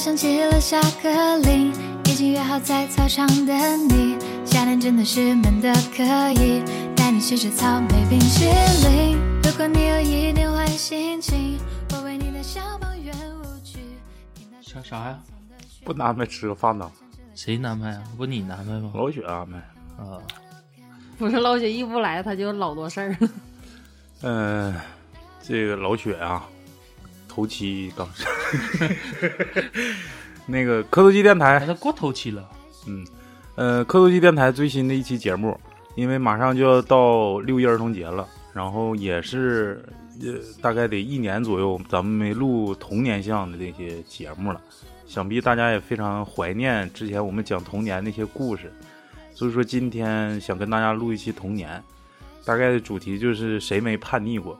想起了下课铃，已经约好在操场等你。夏天真的是闷的可以，带你去吃草莓冰淇淋。如果你有一点坏心情，我为你的小朋园舞曲。啥啥呀？不安排吃个饭呐？谁安排啊？不你安排吗？老雪安排。啊，不是老雪一不来，他就老多事儿了。嗯、这个老雪啊，头七刚上， 那个科头机电台哎，他过头期 了，嗯，呃，科技电台最新的一期节目，因为马上就要到六一儿童节了，然后也是呃，大概得一年左右，咱们没录童年向的这些节目了。想必大家也非常怀念之前我们讲童年那些故事，所以说今天想跟大家录一期童年，大概的主题就是谁没叛逆过。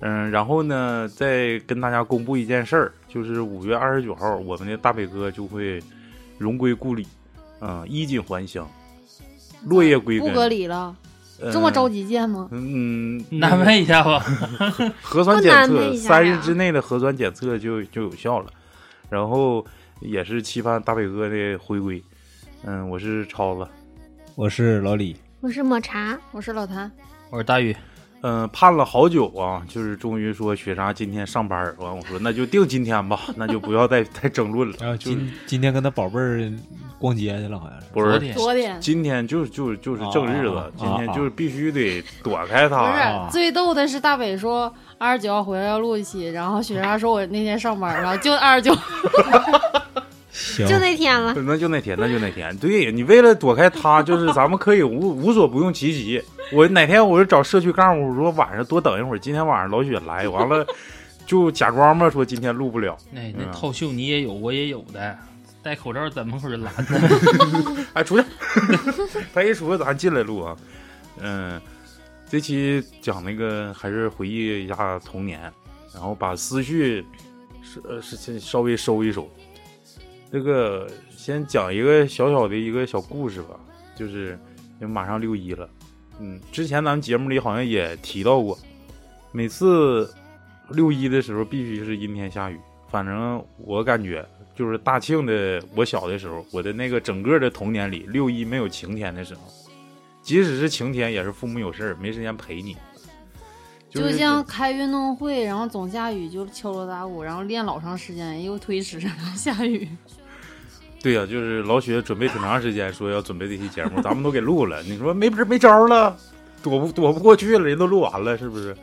嗯，然后呢，再跟大家公布一件事儿，就是五月二十九号，我们的大北哥就会荣归故里，嗯，衣锦还乡，落叶归不根。隔离了，呃这么着？急见吗？嗯，你安排一下 吧。核酸不检难测为一下三日呀之内的核酸检测就就有效了，然后也是期盼大北哥的回归。嗯，我是超子，我是老李，我是抹茶，我是老谭，我是大宇，嗯、盼了好久啊，就是终于说雪莎今天上班儿，完我说那就定今天 吧，那就不要再 再争论了。然后就今今天跟他宝贝儿逛街去了，好像是。不昨是天昨天今天就是就是就是正日子，啊啊啊今天就是必须得躲开不他。是最逗的是大北说二十九号回来要录一期，然后雪莎说我那天上班，然后就二十九，行就那天 了。那就那天，那就那天。对你为了躲开他，就是咱们可以无无所不用其极。我哪天我就找社区干部，我说晚上多等一会儿，今天晚上老雪来，完了就假装吧，说今天录不了。那嗯那套袖你也有，我也有的，戴口罩在门口就拦着。哎，出去！ 他一出去，咱进来录啊。嗯，这期讲那个还是回忆一下童年，然后把思绪是呃是是稍微收一收。这个先讲一个小小的一个小故事吧，就是因为马上六一了，嗯，之前咱们节目里好像也提到过，每次六一的时候必须是阴天下雨，反正我感觉就是大庆的，我小的时候，我的那个整个的童年里，六一没有晴天的时候，即使是晴天，也是父母有事儿没时间陪你。就是像开运动会，然后总下雨，就敲锣打鼓，然后练老长时间，又推迟，然后 下雨。对呀、就是老雪准备挺长时间，说要准备这期节目，咱们都给录了。你说没门儿没招儿了，躲不躲不过去了，人都录完了，是不是？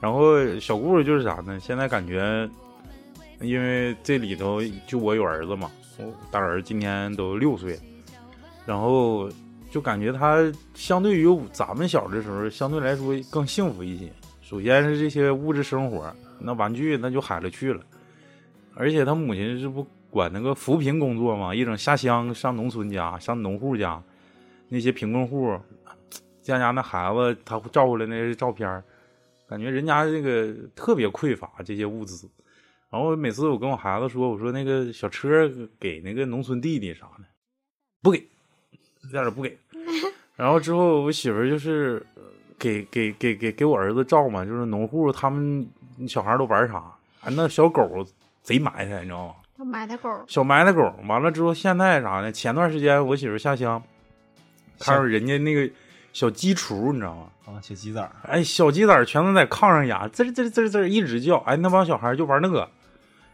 然后小故事就是啥呢？现在感觉，因为这里头就我有儿子嘛，我大儿子今年都六岁，然后就感觉他相对于咱们小的时候，相对来说更幸福一些。首先是这些物质生活，那玩具那就海了去了。而且他母亲是不管那个扶贫工作嘛，一整下乡上农村家、上农户家，那些贫困户，家家那孩子他照回来那些照片儿，感觉人家这个特别匮乏这些物资。然后每次我跟我孩子说，我说那个小车给那个农村弟弟啥的，不给，一点儿也不给。然后之后我媳妇儿就是呃给给给给给我儿子照嘛，就是农户他们小孩儿都玩啥，啊那小狗贼埋汰，你知道吗？他埋汰狗，小埋汰狗，完了之后现在啥呢？前段时间我媳妇儿下乡，看着人家那个小鸡雏，你知道吗？啊，小鸡仔儿，哎，小鸡崽儿全都在炕上压，滋儿滋儿滋儿滋儿一直叫，哎，那帮小孩儿就玩那个，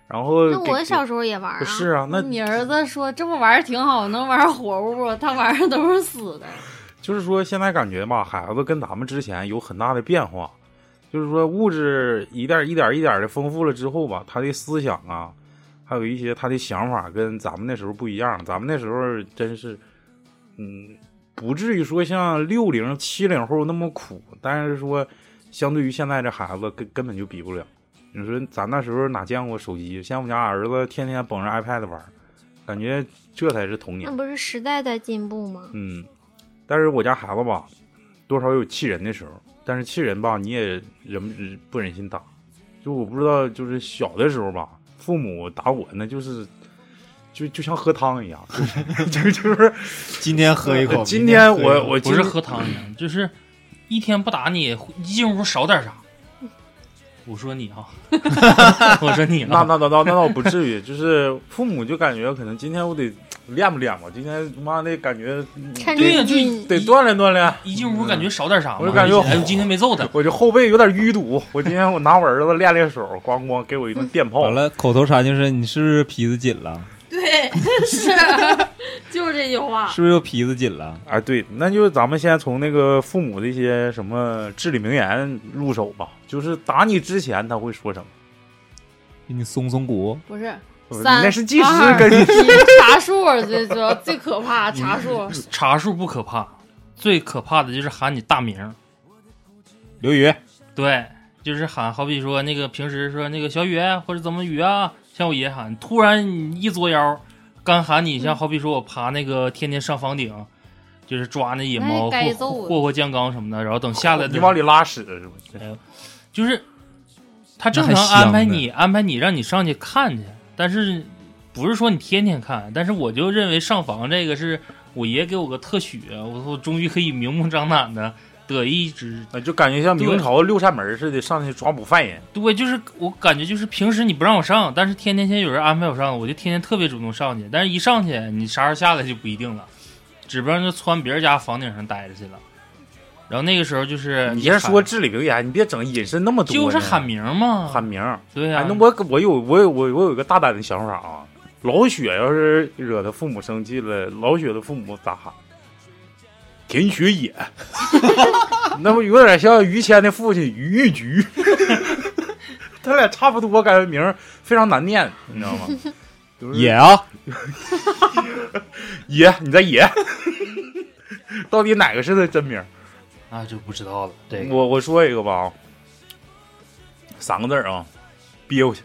然后那给我给小时候也玩啊。不是啊，那你儿子说这么玩儿挺好，能玩儿活物，他玩儿都是死的。就是说现在感觉吧，孩子跟咱们之前有很大的变化，就是说物质一点一点一点的丰富了之后吧，他的思想啊，还有一些他的想法跟咱们那时候不一样。咱们那时候真是，嗯，不至于说像六零七零后那么苦，但是说相对于现在这孩子根根本就比不了。你说咱那时候哪见过手机？像我们家儿子天天捧着 iPad 玩儿，感觉这才是童年那。不是时代在进步吗？嗯，但是我家孩子吧，多少有气人的时候，但是气人吧，你也忍忍不忍心打。就我不知道，就是小的时候吧，父母打我那就是，就就像喝汤一样， 就是就就是今天喝一口。今天明喝一我口我不是今喝汤一样，就是一天不打你，一进屋少点啥。我说你 啊，我说你 那啊，那那那那倒不至于，就是父母就感觉可能今天我得练不练吧，今天妈的感觉趁对呀着就劲，得锻炼锻炼。一进屋感觉少点啥嘛，我就感觉哎呦今天没揍他，我这后背有点淤堵，我今天我拿我儿子练练手，咣咣给我一顿电炮完。了，口头禅就是你是不是皮子紧了？对，是，啊就是这句话。是不是又皮子紧了？啊，对，那就咱们先从那个父母的一些什么至理名言入手吧，就是打你之前他会说什么？给你松松骨，不是，呃三那是技师二跟你 一查数最主要最可 怕，查数。嗯查数不可怕，最可怕的就是喊你大名儿，刘宇，对，就是喊，好比说那个平时说那个小雨或者怎么雨啊，像我爷喊，突然你一作妖，干喊你，像好比说我爬那个天天上房顶，就是抓那野猫那该或揍或霍霍酱缸什么的，然后等下来的你时候往里拉屎是吧？就是他正那常还香安排你安排你让你上去看去，但是不是说你天天看？但是我就认为上房这个是我爷给我个特许，我说我终于可以明目张胆的得一只啊，就感觉像明对朝六扇门似的，上去抓捕犯人。对，就是我感觉就是平时你不让我上，但是天天现在有人安排我上，我就天天特别主动上去。但是一上去，你啥时候下来就不一定了，指不定就窜别人家房顶上待着去了。然后那个时候就是你先说喊，至理名言，你别整引申那么多呢。就是喊名嘛，喊名儿。对呀、哎，那我我有我有我有我有个大胆的想法啊，老雪要是惹他父母生气了，老雪的父母咋喊？田雪 野，那不有点像于谦的父亲于玉菊， 他俩差不多，感觉名儿非常难念，你知道吗？就是野啊，野，你在野， 到底哪个是他真名儿？那就不知道了。这个我我说一个吧啊，三个字儿啊，憋回去，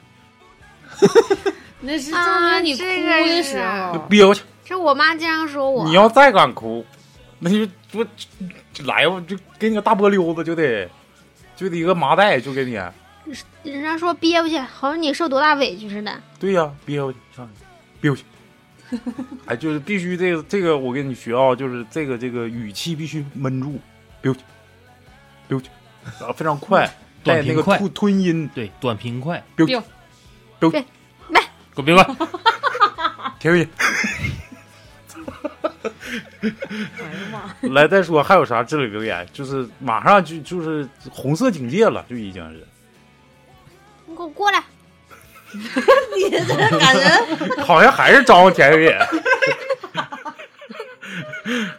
那是证啊明你哭这个的是时啊 候，憋回去。这我妈经常说我你，要再敢哭，那就就就来吧，就给你个大波溜子，就得就得一个麻袋，就给你。人家说憋回去，好像你受多大委屈似的。对呀、憋回去，上去，憋回去。哎，就是必须这个这个，我跟你学啊，就是这个这个语气必须闷住，憋回去，憋回去，啊，非常快，嗯带短那平个快吞吞音，对短平快，滚别管。贴回去。哎呀妈！来，再说还有啥至理名言？就是马上就就是红色警戒了，就已经是。你给我过来！你这感觉好像还是招呼田野，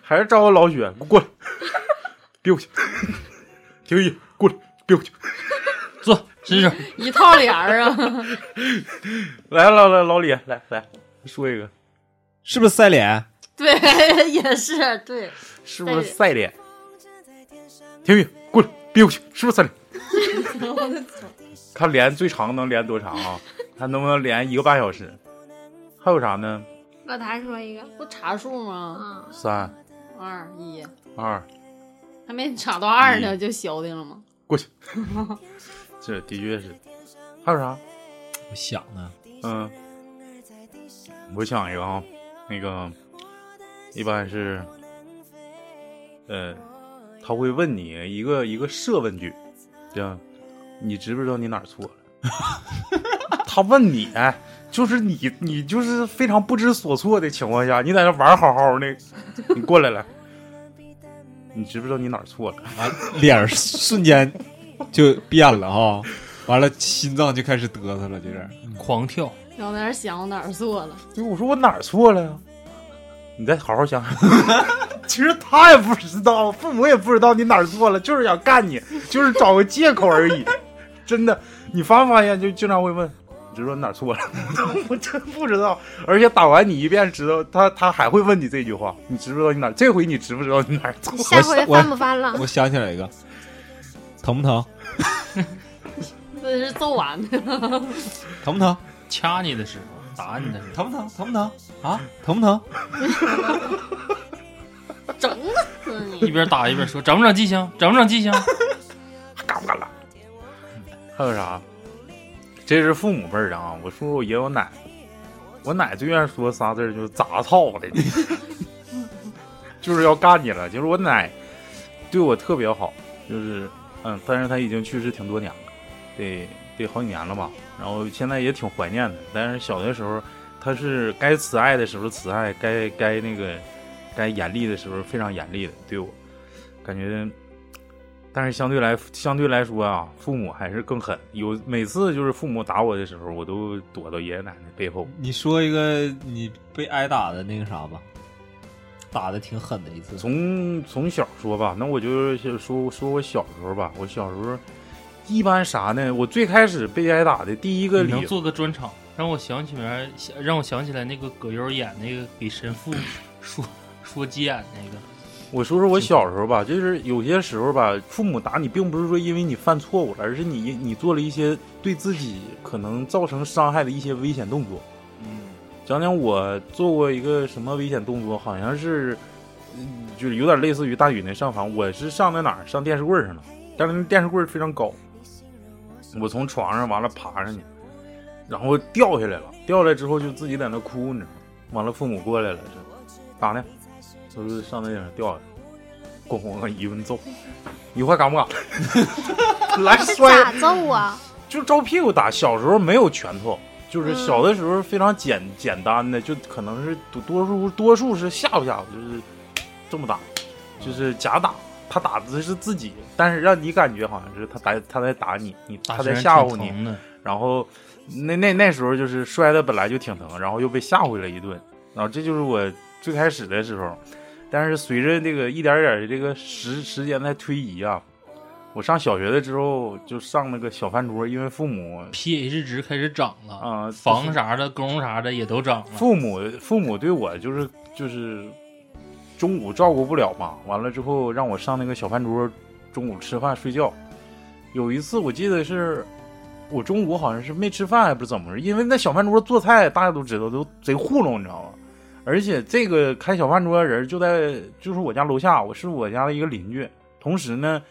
还是招呼老雪，给我过来，别过去，田野过来，别过去。坐试试。一套帘儿 啊！来老来老李，来来说一个，是不是塞脸？对，也是对， 是不是赛脸？田野过来，别过去，是不是赛脸？看连最长能连多长啊？看能不能连一个半小时？还有啥呢？老谭说一个，不查数吗？啊，三二一，二，还没查到二呢，就消停了吗？这的确是。还有啥？我想啊呢，嗯，我想一个啊，那个一般是，呃，他会问你一个一个设问句，这样你知不知道你哪儿错了？ 他问你，就是你你就是非常不知所措的情况下，你在那玩好好的，你过来了，你知不知道你哪儿错了？完脸儿瞬间就变了哈，完了心脏就开始嘚瑟了，就是狂跳，然后在那儿想哪儿做了，对，我说我哪儿错了呀？你再好好想想。 其实他也不知道，父母也不知道你哪儿错了，就是想干你，就是找个借口而已。真的，你发没发现就经常会问，你知道你哪儿错了？ 我真不知道。而且打完你一遍知道，他他还会问你这句话，你知不知道你哪儿？这回你知不知道你哪儿错？下回我翻不翻了？我想起来一个，疼不疼？那是揍完的。 疼不疼？掐你的时候，打你的时候，疼不疼？疼不疼？啊，疼不疼？整死一你！边打一边说长不长记性，长不长记性。嘎不嘎啦？嗯还有啥？这是父母辈儿的啊，我叔叔爷我奶，我奶最愿意说仨字儿就是咋操的，就是要干你了。就是我奶对我特别好，就是嗯，但是她已经去世挺多年了。得得好几年了吧。然后现在也挺怀念的，但是小的时候，他是该慈爱的时候慈爱，该该那个该严厉的时候非常严厉的对我，感觉。但是相对来相对来说啊，父母还是更狠。有每次就是父母打我的时候，我都躲到爷爷奶奶背后。你说一个你被挨打的那个啥吧，打的挺狠的一次。从从小说吧，那我就说说我小时候吧。我小时候一般啥呢？我最开始被挨打的第一个你理能由，做个专场，让我想起来，让我想起来那个葛优演那个给神父说 说急眼那个，我说说我小时候吧，就是有些时候吧，父母打你，并不是说因为你犯错误了，而是你你做了一些对自己可能造成伤害的一些危险动作。嗯，讲讲我做过一个什么危险动作，好像是，嗯，就是有点类似于大宇那上房，我是上在哪儿？上电视柜儿上了，但是那电视柜儿非常高，我从床上完了爬上去，然后掉下来了，掉下来之后就自己在那哭，你知道吗？完了父母过来了，说咋呢？说是上那顶上掉下来，咣咣咣一顿揍，你还敢 不敢？来摔！咋揍啊？就招屁股打。小时候没有拳头，就是小的时候非常简、简单的，就可能是多多数多数是吓唬吓唬，就是这么打，就是假打。他打的是自己，但是让你感觉好像是他打他在打你，你打他在神吓挺唬你，疼的，然后那那那时候就是摔的本来就挺疼，然后又被吓回来一顿，然后这就是我最开始的时候。但是随着这个一点点的这个时时间在推移啊，我上小学了之后就上那个小饭桌，因为父母 pH 值开始涨了啊就是房啥的、工啥的也都涨了。父母父母对我就是就是中午照顾不了嘛，完了之后让我上那个小饭桌，中午吃饭睡觉。有一次我记得是我中午好像是没吃饭，还不是怎么回事？因为那小饭桌做菜大家都知道都贼糊弄，你知道吗？而且这个开小饭桌的人就在就是我家楼下，我是我家的一个邻居，同时呢，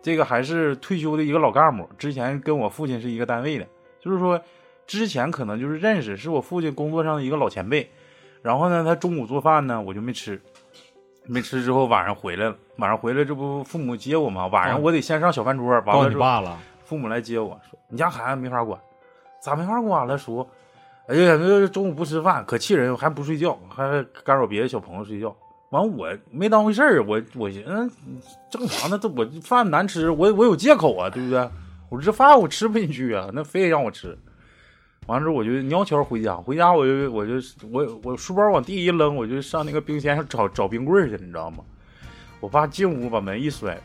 这个还是退休的一个老干部，之前跟我父亲是一个单位的，就是说之前可能就是认识，是我父亲工作上的一个老前辈。然后呢，他中午做饭呢，我就没吃，没吃之后晚上回来了，晚上回来这不父母接我吗？晚上我得先上小饭桌，完嗯告了你之后爸了，父母来接我说：“你家孩子没法管，咋没法管了，叔？哎呀，那中午不吃饭可气人，还不睡觉，还干扰别的小朋友睡觉。完我没当回事儿，我我寻思正常的，这我饭难吃，我我有借口啊，对不对？我这饭我吃不进去啊，那非得让我吃。完了之后我就蔫悄回家，回家我就我就我我书包往地一扔，我就上那个冰箱上找找冰棍儿去，你知道吗？我爸进屋把门一摔，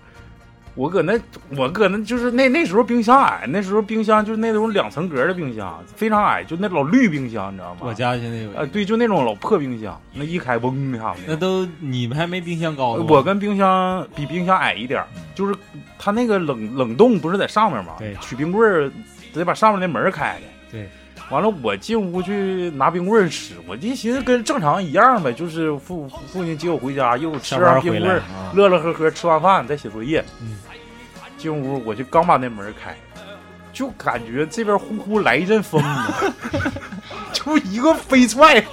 我搁那，我搁那就是那那时候冰箱矮，那时候冰箱就是那种两层格的冰箱，非常矮，就那老绿冰箱，你知道吗？我家现在有一个啊，对，就那种老破冰箱，那一开嗡一下子。那都你们还没冰箱高呢。嗯我跟冰箱比冰箱矮一点儿，就是它那个冷冷冻不是在上面吗？对取冰棍儿得把上面那门儿开开。对，完了我进屋去拿冰棍儿吃，我就寻思跟正常一样呗，就是父父亲接我回家，又吃上班完回冰来棍儿，啊，乐乐呵呵吃完饭再写作业。嗯进屋我就刚把那门开，就感觉这边呼呼来一阵风呢， 就一个飞踹，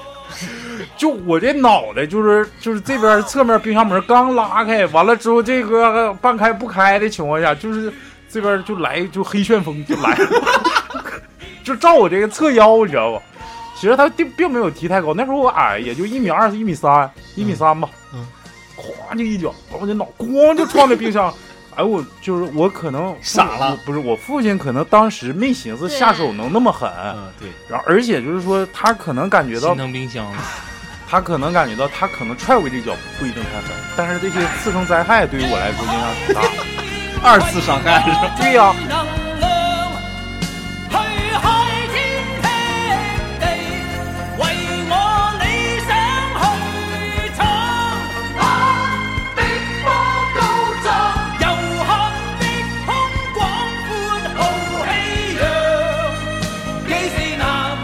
就我这脑袋就是就是这边侧面冰箱门刚拉开，完了之后这个半开不开的情况下，就是这边就来就黑旋风就来 了，就照我这个侧腰，你知道吧？其实他并并没有提太高，那时候我矮也就一米二、一米三、一米三吧。嗯，咵就一脚把我的脑咣就撞在冰箱。 哎，我就是我可能傻了我不是我父亲可能当时没寻思下手能那么狠，嗯，对，然后而且就是说他可能感觉到呃啊心疼冰箱了，他可能感觉到他可能踹我这脚不一定太狠，但是这些次生灾害对于我来说影响挺大 的。二次伤害是吧？对呀、能量去开天辟地，为我理想去闯。我的波高壮，游客的胸广阔浩气扬，既是男儿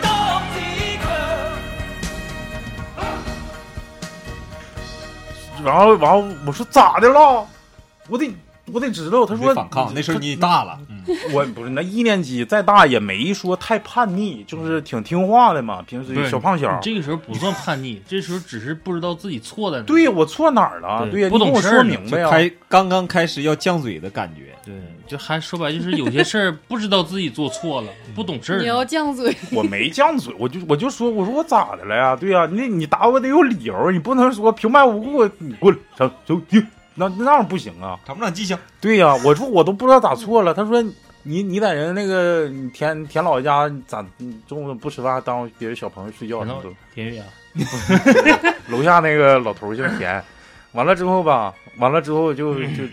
当自强。然后然后我说咋的了？我得我得知道。他你说没反抗，那时候你大了，嗯，我不是那一年级再大也没说太叛逆，就是挺听话的嗯嘛，平不时是小胖你小。这个时候不算叛逆，这时候只是不知道自己错在哪。对呀，我错哪儿了？对对呀，不你跟懂我事儿说呢明啊就白呀。开刚刚开始要犟嘴的感觉，对，就还说白就是有些事 儿不知道自己做错了，不懂事儿你要呢。犟嘴， 我没犟嘴，我就我就说，我说我咋的了呀？对呀、那你打我得有理由，你不能说平白无故你滚成就停，那那样不行啊。长不长记性？对呀、我说我都不知道咋错了。他说你你在人那个你田田老家你咋你中午不吃饭，当别人小朋友睡觉什么的。田宇啊，楼下那个老头儿姓田，完了之后吧，完了之后就就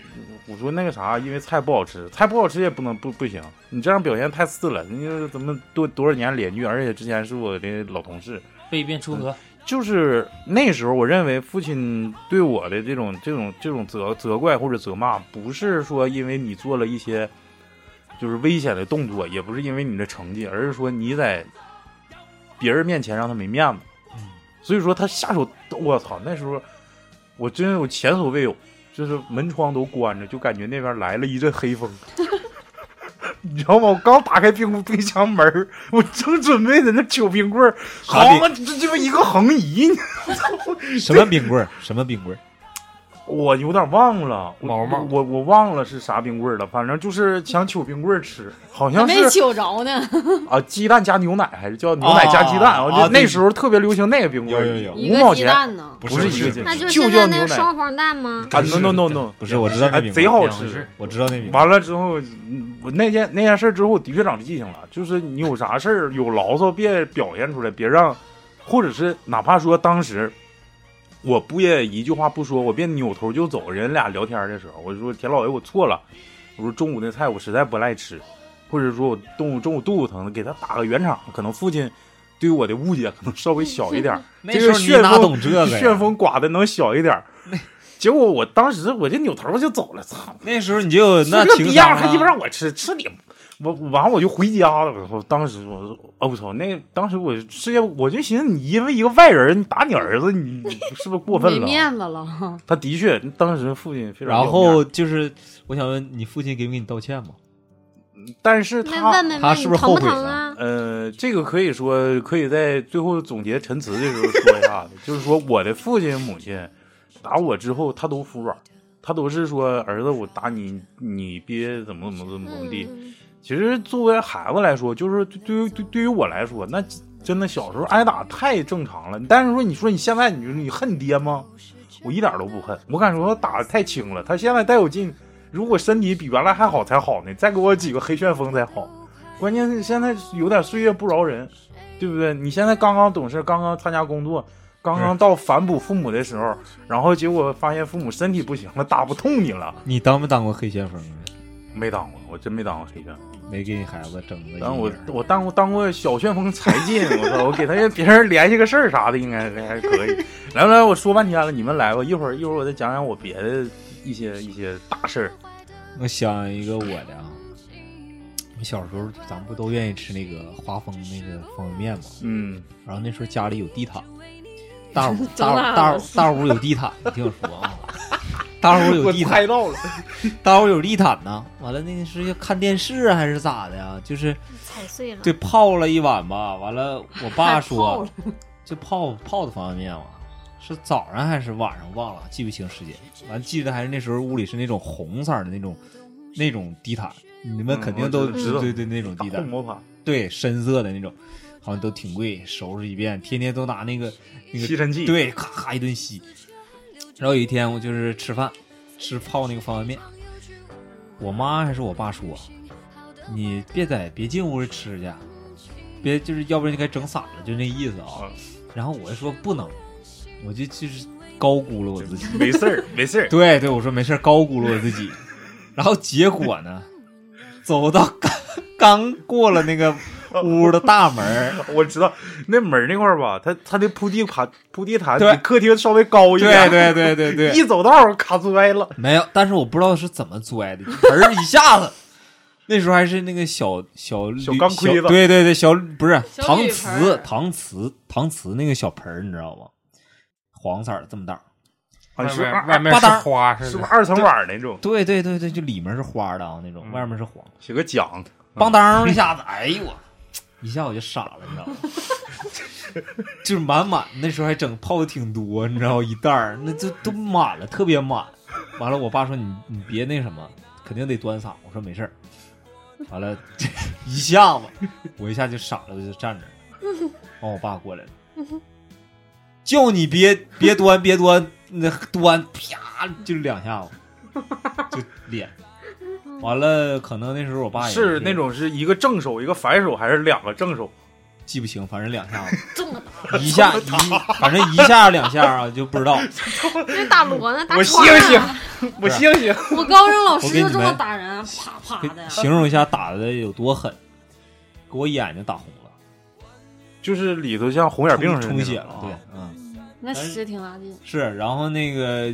我说那个啥，因为菜不好吃，菜不好吃也不能不不行，你这样表现太次了。人家咱们多多少年邻居，而且之前是我的老同事，被变嗯出格，就是那时候，我认为父亲对我的这种这种这种责责怪或者责骂，不是说因为你做了一些就是危险的动作，也不是因为你的成绩，而是说你在别人面前让他没面子。嗯所以说他下手，我操！那时候我真是我前所未有，就是门窗都关着，就感觉那边来了一阵黑风。你知道吗？我刚打开冰库冰箱门儿我正准备在那取冰棍儿，啥冰好嘛，这鸡巴一个横移，你什么冰棍儿？什么冰棍儿？我有点忘了，我毛毛我我忘了是啥冰棍儿了，反正就是想取冰棍儿吃，好像没是揪着呢。啊，鸡蛋加牛奶还是叫牛奶加鸡蛋？啊我啊就那对时候特别流行那个冰棍儿，有有有一五个毛鸡钱，蛋呢，不不是不一个鸡那蛋，就是就现叫在牛那奶双黄蛋吗？啊！no no no no，不是，我知道那哎，冰棍贼儿，好两回吃事。我知道那冰棍儿。完了之后，嗯我那件那件事儿之后，我的确长记性了。就是你有啥事儿有牢骚，别表现出来，别让，或者是哪怕说当时我不也一句话不说，我别扭头就走。人俩聊天的时候，我就说田老爷，我错了，我说中午那菜我实在不爱吃，或者说我中午中午肚子疼，给他打个圆场。可能父亲对我的误解可能稍微小一点儿，那时候你哪懂这个呀？旋风刮的能小一点儿。结果我当时我就扭头就走了，操！那时候你就有那那情逼商啊样还鸡巴让我吃，吃你！我完后我就回家了，我操！当时我说，哦我操！那当时我直接我就寻思，你因为一个外人你打你儿子，你你是不是过没分了？面子了。他的确，当时父亲非常然有面后子，就是，我想问你父亲给没给你道歉吗？但是那问他问他问是你不是疼后不悔疼了啊？呃，这个可以说可以在最后总结陈词的时候说一下子，就是说我的父亲母亲打我之后，他都服软，他都是说儿子，我打你，你别怎么怎么怎么怎么地。嗯，其实作为孩子来说，就是对于对对于我来说，那真的小时候挨打太正常了。但是说你说你现在你你恨爹吗？我一点都不恨，我敢说他打的太轻了。他现在带我进，如果身体比原来还好才好呢，再给我几个黑旋风才好。关键是现在有点岁月不饶人，对不对？你现在刚刚懂事，刚刚参加工作，刚刚到反哺父母的时候，然后结果发现父母身体不行了，打不动你了。你当没当过黑旋风啊？没当过，我真没当过黑旋风。没给你孩子整个阴然后我影儿我当过当过小旋风柴进，我操，我给他别人联系个事儿啥的，应该还可以。来来，我说半天了，你们来吧，一会儿一会儿我再讲讲我别的一些一些大事儿。我想一个我的啊，我小时候咱们不都愿意吃那个华丰那个方便面吗？嗯，然后那时候家里有地毯，大屋整大哪屋大了屋大屋有地毯，你听我说啊，大屋有地毯，到了，大屋有地毯呢。完了那是要看电视啊还是咋的呀？就是踩碎了。对泡了一晚吧，完了我爸还泡说了就泡泡的方便面嘛，是早上还是晚上忘了，记不清时间。完记得还是那时候屋里是那种红色的那种那种地毯，你们嗯肯我定都知道知道对对那种大地毯红，魔法，对深色的那种，好像都挺贵，收拾一遍，天天都拿那个那个吸尘器，，对，咔咔一顿吸。然后有一天我就是吃饭，吃泡那个方便面，我妈还是我爸说，你别在别进屋吃去，别就是要不然就该整散了，就那意思啊。然后我就说不能，我就就是高估了我自己。没事儿没事儿， 对对，我说没事儿，高估了我自己。然后结果呢，走到刚刚过了那个屋的大门儿，我知道那门儿那块儿吧，它它的铺地毯铺地毯比对客厅稍微高一对点，对对对对，一走道儿卡摔了，没有，但是我不知道是怎么拽的，盆儿一下子。那时候还是那个小小铝小钢盔子小对对对，小不是小搪铝盆瓷儿搪瓷搪瓷那个小盆儿，你知道吗？黄色儿这么大儿。啊外是面二外面吧是嗒花是似不的是，二层碗儿那种，对对对对，就里面是花的啊那种，嗯外面是黄。写个奖，邦嗯当一下子，哎呦我，一下我就傻了，你知道吗？ 就是满满，那时候还整泡的挺多，你知道一袋儿，那就都满了，特别满。完了，我爸说你你别那什么，肯定得端晌。我说没事儿，完了一下子我一下就傻了，我就站那儿了。完，我爸过来了，叫你别别端别端，那端啪就两下子，就脸。完了，可能那时候我爸也是那种是一个正手一个反手，还是两个正手？记不清，反正两下子，一下一，反正一下两下啊，就不知道。那打锣呢，打我窗醒呢醒， 我醒醒！啊我高中老师我给就你这么们打人，啊啪啪的。形容一下打的有多狠，给我眼睛打红了，就是里头像红眼病充似的那种，充血了。对啊，嗯，那屎挺垃圾。是。然后那个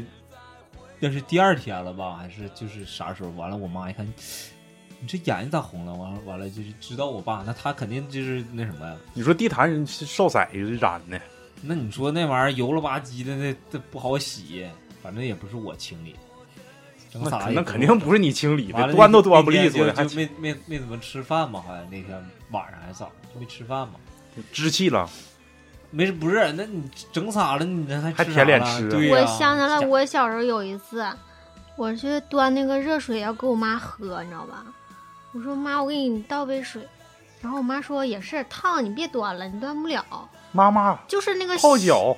那是第二天了吧，还是就是啥时候？完了，我妈一看，你这眼睛咋红了？完了完了，就是知道我爸，那他肯定就是那什么呀？你说地坛人少色是染的，那你说那玩意儿油了吧唧的，那这不好洗，反正也不是我清理，整那啥肯也那不肯是定不是你清理完的，了端都那端不那利天索的，就还就没没没怎么吃饭嘛，好像那天晚上还早上就没吃饭嘛。支气了。没事，不是，那你整傻了，你那还还吃舔啥脸了吃啊对呀、我想起来，我小时候有一次，我去端那个热水要给我妈喝，你知道吧？我说妈，我给你倒杯水。然后我妈说也是烫，你别端了，你端不了。妈妈就是那个泡脚，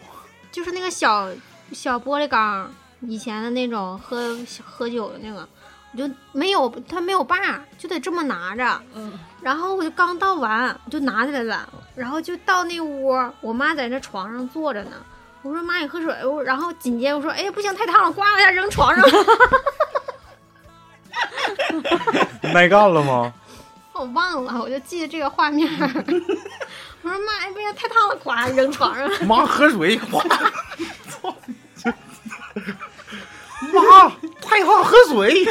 就是那个小小玻璃缸，以前的那种喝喝酒的那个，我就没有它没有把儿，就得这么拿着。嗯，然后我就刚倒完，我就拿起来了，嗯然后就到那屋，我妈在那床上坐着呢。我说妈，你喝水。我然后紧接着我说，哎，不行，太烫了，呱一下扔床上。耐干了吗？ 我忘了，我就记得这个画面。 我说妈，哎，不行，太烫了， 呱扔床上。妈喝水，哗！妈，太烫，喝水。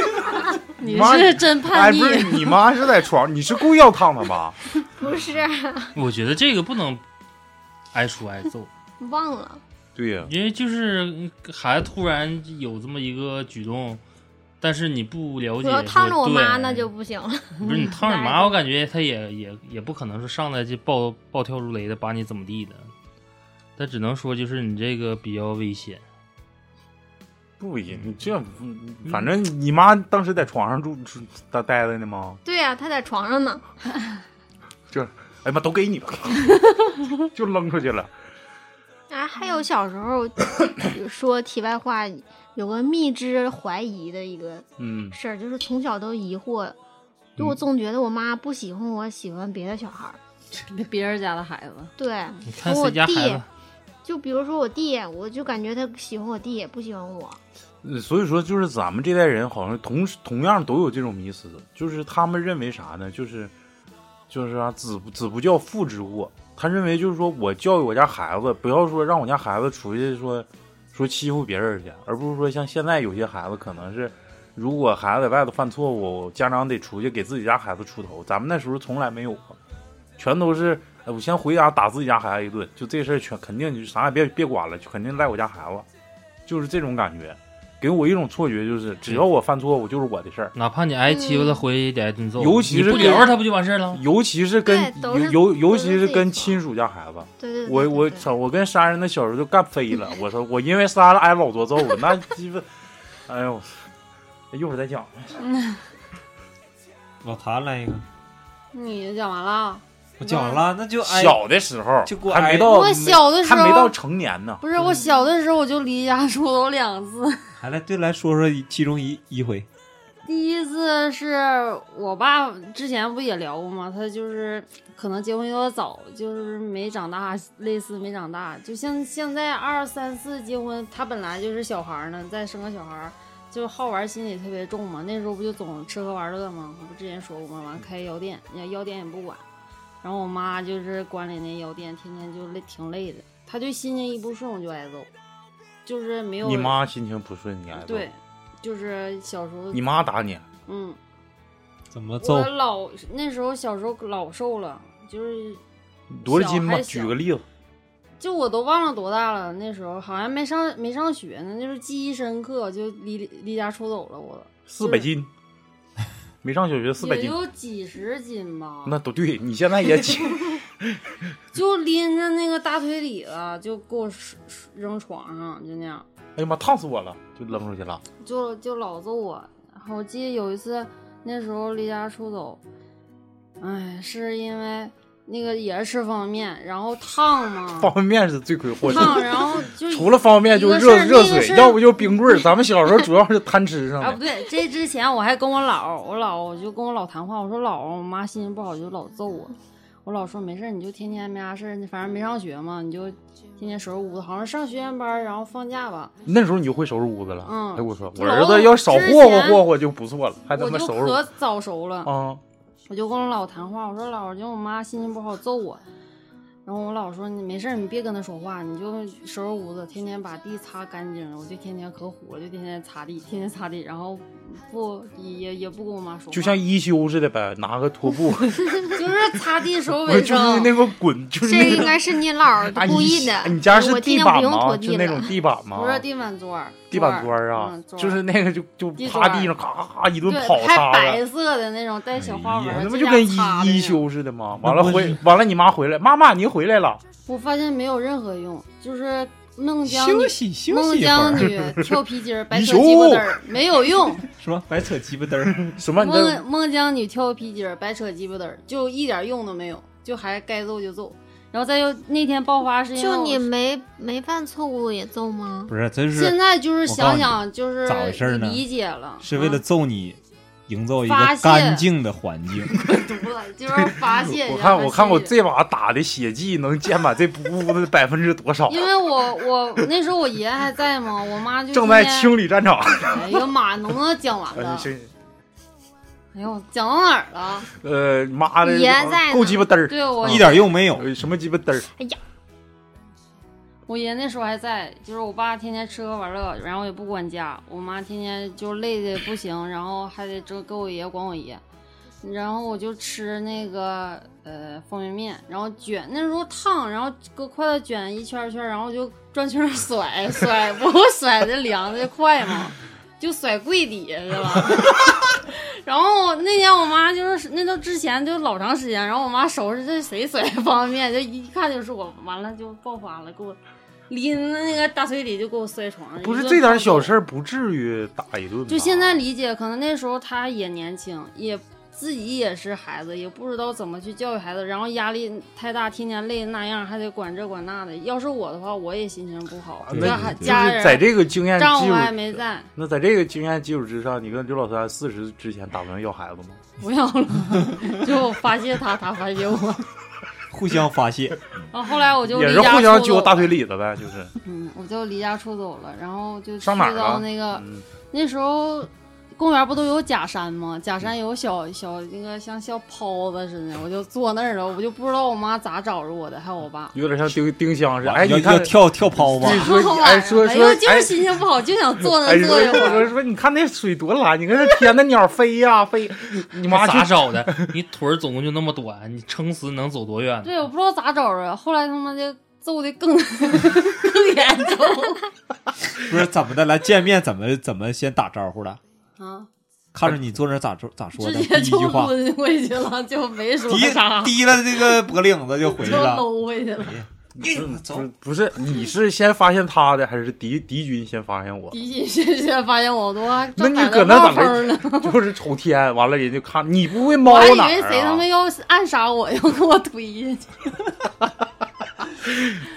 你妈是哎，真叛逆不。是，你妈是在床，你是故意要烫她吧？不是，我觉得这个不能挨处挨揍，忘了。对呀、因为就是嗯孩子突然有这么一个举动，但是你不了我解，要烫着我妈，对那就嗯不行了。 不是你烫着你妈，我感觉他也也也不可能说上来就暴暴跳如雷的把你怎么地的，但只能说就是你这个比较危险。不行，你这反正你妈当时在床上住住待待着呢吗？对呀、她在床上呢。哎妈，都给你了， 就扔出去了。啊，还有小时候说题外话，有个蜜汁怀疑的一个嗯，事儿，就是从小都疑惑，就嗯我总觉得我妈不喜欢我，喜欢别的小孩儿。别人家的孩子，对，你看我谁家孩弟子，就比如说我弟，我就感觉他喜欢我弟，不喜欢我。呃所以说就是咱们这代人好像同同样都有这种迷思，就是他们认为啥呢？就是就是啊，子不子不教父之过。他认为就是说我教育我家孩子，不要说让我家孩子出去说说欺负别人去，而不是说像现在有些孩子可能是，如果孩子在外头犯错误，家长得出去给自己家孩子出头。咱们那时候从来没有过，全都是哎我先回家打自己家孩子一顿，就这事儿全肯定就啥也别别管了，就肯定赖我家孩子，就是这种感觉，给我一种错觉，嗯就是只要我犯错误就是我的事儿。哪怕你挨欺嗯负了，回去也得挨顿揍，尤其你是不这聊着他不就完事儿了？尤其是跟对都尤是尤尤其都是是自己跟错亲属家孩子，对对对我对我对操，我跟杀人那小时候就干飞了。我说我因为杀了挨老多揍，那鸡巴，哎呦，一会儿再讲。老谭来一个，你讲完了？我讲完了，那就哎，小的时候就给我还挨没到我小的时还没到候成年呢，不是我小的时候我就离家出走两次。还来对来说说其中一一回，第一次是我爸之前不也聊过吗？他就是可能结婚有点早，就是没长大，类似没长大。就像现在二三四结婚，他本来就是小孩儿呢，再生个小孩儿，就是好玩心理特别重嘛。那时候不就总吃喝玩乐吗？我不之前说过吗？完开药店，人家药店也不管，然后我妈就是管理那药店，天天就累，挺累的。她就心情一不顺，我就挨揍，就是没有你妈心情不顺，你挨揍哎对，，就是小时候你妈打你，嗯。怎么揍我？老那时候小时候老瘦了，就是多少斤吧？小还小举个例子，就我都忘了多大了，那时候好像没上没上学呢，就是记忆深刻，就离离家出走了我，四百斤，没上小学四百也斤，有几十斤吧，那都对你现在也 轻。就拎着那个大腿里子就给我摔摔扔床上，就那样，哎呀妈，烫死我了，就扔出去了。就就老揍我。我记得有一次，那时候离家出走，哎，是因为那个也是吃方便面，然后烫嘛，方便面是罪魁祸首。烫，然后就除了方便面就是热热一个是另一个水，是要不就冰棍儿。咱们小时候主要是贪吃上啊，的不。对，这之前我还跟我姥儿，我姥儿我就跟我姥谈话，我说姥儿，我妈心情不好就老揍我，我姥说没事儿，你就天天没啥事儿，你反正没上学嘛，你就天天收拾屋子，好像上学前班儿，然后放假吧，那时候你就会收拾屋子了。嗯哎，我说之我儿子要少之霍霍前霍霍就不错了，还他我妈就收可拾早熟了，啊！我就跟我姥谈话，我说姥儿，就我妈心情不好揍我，然后我姥说你没事儿，你别跟她说话，你就收拾屋子，天天把地擦干净，我就天天可虎了，就天天擦地，天天擦地，然后不也也不跟我妈说话，就像一休似的呗，拿个拖布，就是擦地收我卫就生是。那个滚，就是这那应个。该是你 姥啊儿故意的。你你家是我地今天不板用拖吗？地就了。那种地板吗？不是地板砖儿，啊地板砖儿啊嗯，砖儿就是那个就就地趴砖儿地上咔咔一顿对，跑还擦白的，色的那种带小花纹哎儿呀，那不这就样跟擦的一那一种休似的吗？完了回那完了你妈回来，妈妈您回来了，我发现没有任何用，就是孟姜休女，息休孟息一会姜儿，女跳皮筋儿，白一扯鸡巴宿嘚儿没有用。什么白扯鸡巴嘚 儿，什么你这孟孟姜女跳皮筋儿，白扯鸡巴嘚儿，就一点用都没有，就还该揍就揍。然后再就那天爆发是因为就我你没没犯错误也揍吗？不是，真现是在就是我告诉想你想就是咋回事儿呢理解了，是为了啊揍你，营造一发个泄干净的环 境。犊子，嗯 就是发泄一下。 我看我看我发泄一下这把打的血迹能减满这屋子百分之多少？ 因为我我那时候我爷还在嘛，我妈就正在今天清理战场。哎呀妈，能不能讲完 呃 了？行哎呦，讲到哪儿了？呃，妈的爷在，呢够鸡巴嘚儿，对我一点用没有。呃什么鸡巴嘚儿？我爷那时候还在，就是我爸天天吃喝玩乐，然后也不管家，我妈天天就累的不行，然后还得这给我爷管我爷，然后我就吃那个呃方便面，然后卷那时候烫，然后搁筷子卷一圈儿一圈儿，然后就转圈儿 甩甩，不甩的凉的快嘛，就甩柜底下去了。 然后那天我妈就是那都之前就老长时间，然后我妈收拾这谁甩方便面，就一看就是我，完了就爆发了，给我拎那个大腿里就给我摔床上。不一是顿这点胖小揍事儿，不至于打一顿吧。就现在理解，可能那时候他也年轻，也自己也是孩子，也不知道怎么去教育孩子，然后压力太大，天天累那样，还得管这管那的。要是我的话，我也心情不好，啊那这你还就是家人在这个经验丈基夫还础，没在，那在这个经验基础之上，你跟刘老三四十之前打算要孩子吗？不要了， 就我发泄他，他发泄我。 互相发泄，然后后来我就也离是家互相出揪走大了腿里子呗， 就是嗯，我就离家出走了，然后就去上哪儿到了？那个嗯那时候公园不都有假山吗？假嗯山有小小那个像小泡子似的，我就坐那儿了，我就不知道我妈咋找着我的，还有我爸。有点像丁丁香似的。哎，要你要看，跳跳抛吧对，说 哎说 哎说呦，就是哎心情不好，就想坐那哎儿说坐一会说儿。说，你看那水多蓝，你看那天那鸟飞呀飞，你妈去 咋找的？你腿儿总共就那么短，你撑死能走多远？对，我不知道咋找着，后来他妈的揍的更更严重不是怎么的？来见面怎么怎么先打招呼了？啊，看着你坐那儿咋说咋说直的？接第一就句话，抡回去了，就没说提啥，提了这个脖领子就回去就了。搂回去了。不是不是，你是先发现他的，还是敌敌军先发现我？敌进现现发现我都还那正你在搁那冒咋风儿呢。没？ 就是瞅天，完了人就看你不会我猫还以哪为谁他妈儿啊？要暗杀我，要给我推下去。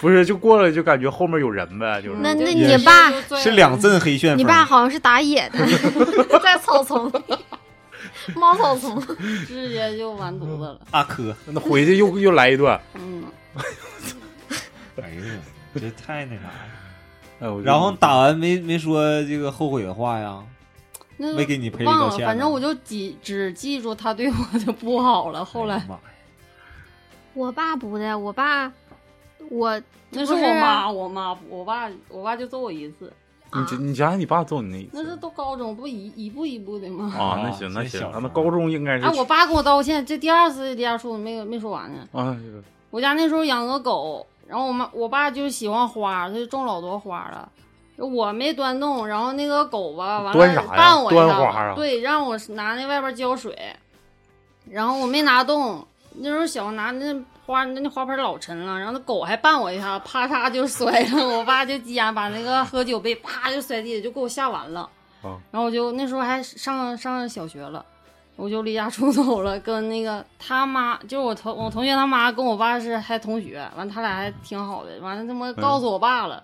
不是，就过来就感觉后面有人呗，就是。嗯那那也你爸，是两阵黑旋风，你爸好像是打野 的，在草丛里，猫草丛。直接就完犊子了。大哥，那回去又又来一段。嗯，哎呀，这太那啥了。哎，我就然后打完没没说这个后悔的话呀？那没给你赔礼嗯忘道了，歉吗反正我就记只记住他对我的不好了。后哎来 呀妈呀我爸不的，我爸，我那是不是啊我妈，我妈，我爸，我爸就揍我一次。你这你想想你爸揍你那一那是次都高中，不一一步一步的吗？啊？那啊行那这行小，时啊那候高中应该是哎，我爸跟我道歉，这第二次离家出走没有没说完呢。啊，这个我家那时候养个狗，然后我妈我爸就喜欢花，他就种老多花了。我没端动，然后那个狗吧，完端啥了呀绊我一端下花子啊对，让我拿那外边浇水，然后我没拿动。那时候小，拿那花那那花盆老沉了，然后那狗还绊我一下，啪嚓就摔了。我爸就急眼，把那个喝酒杯啪就摔地，就给我吓完了。啊然后我就那时候还上上小学了，我就离家出走了，跟那个他妈，就是我同我同学他妈跟我爸是还同学，完他俩还挺好的，完了他妈嗯告诉我爸了。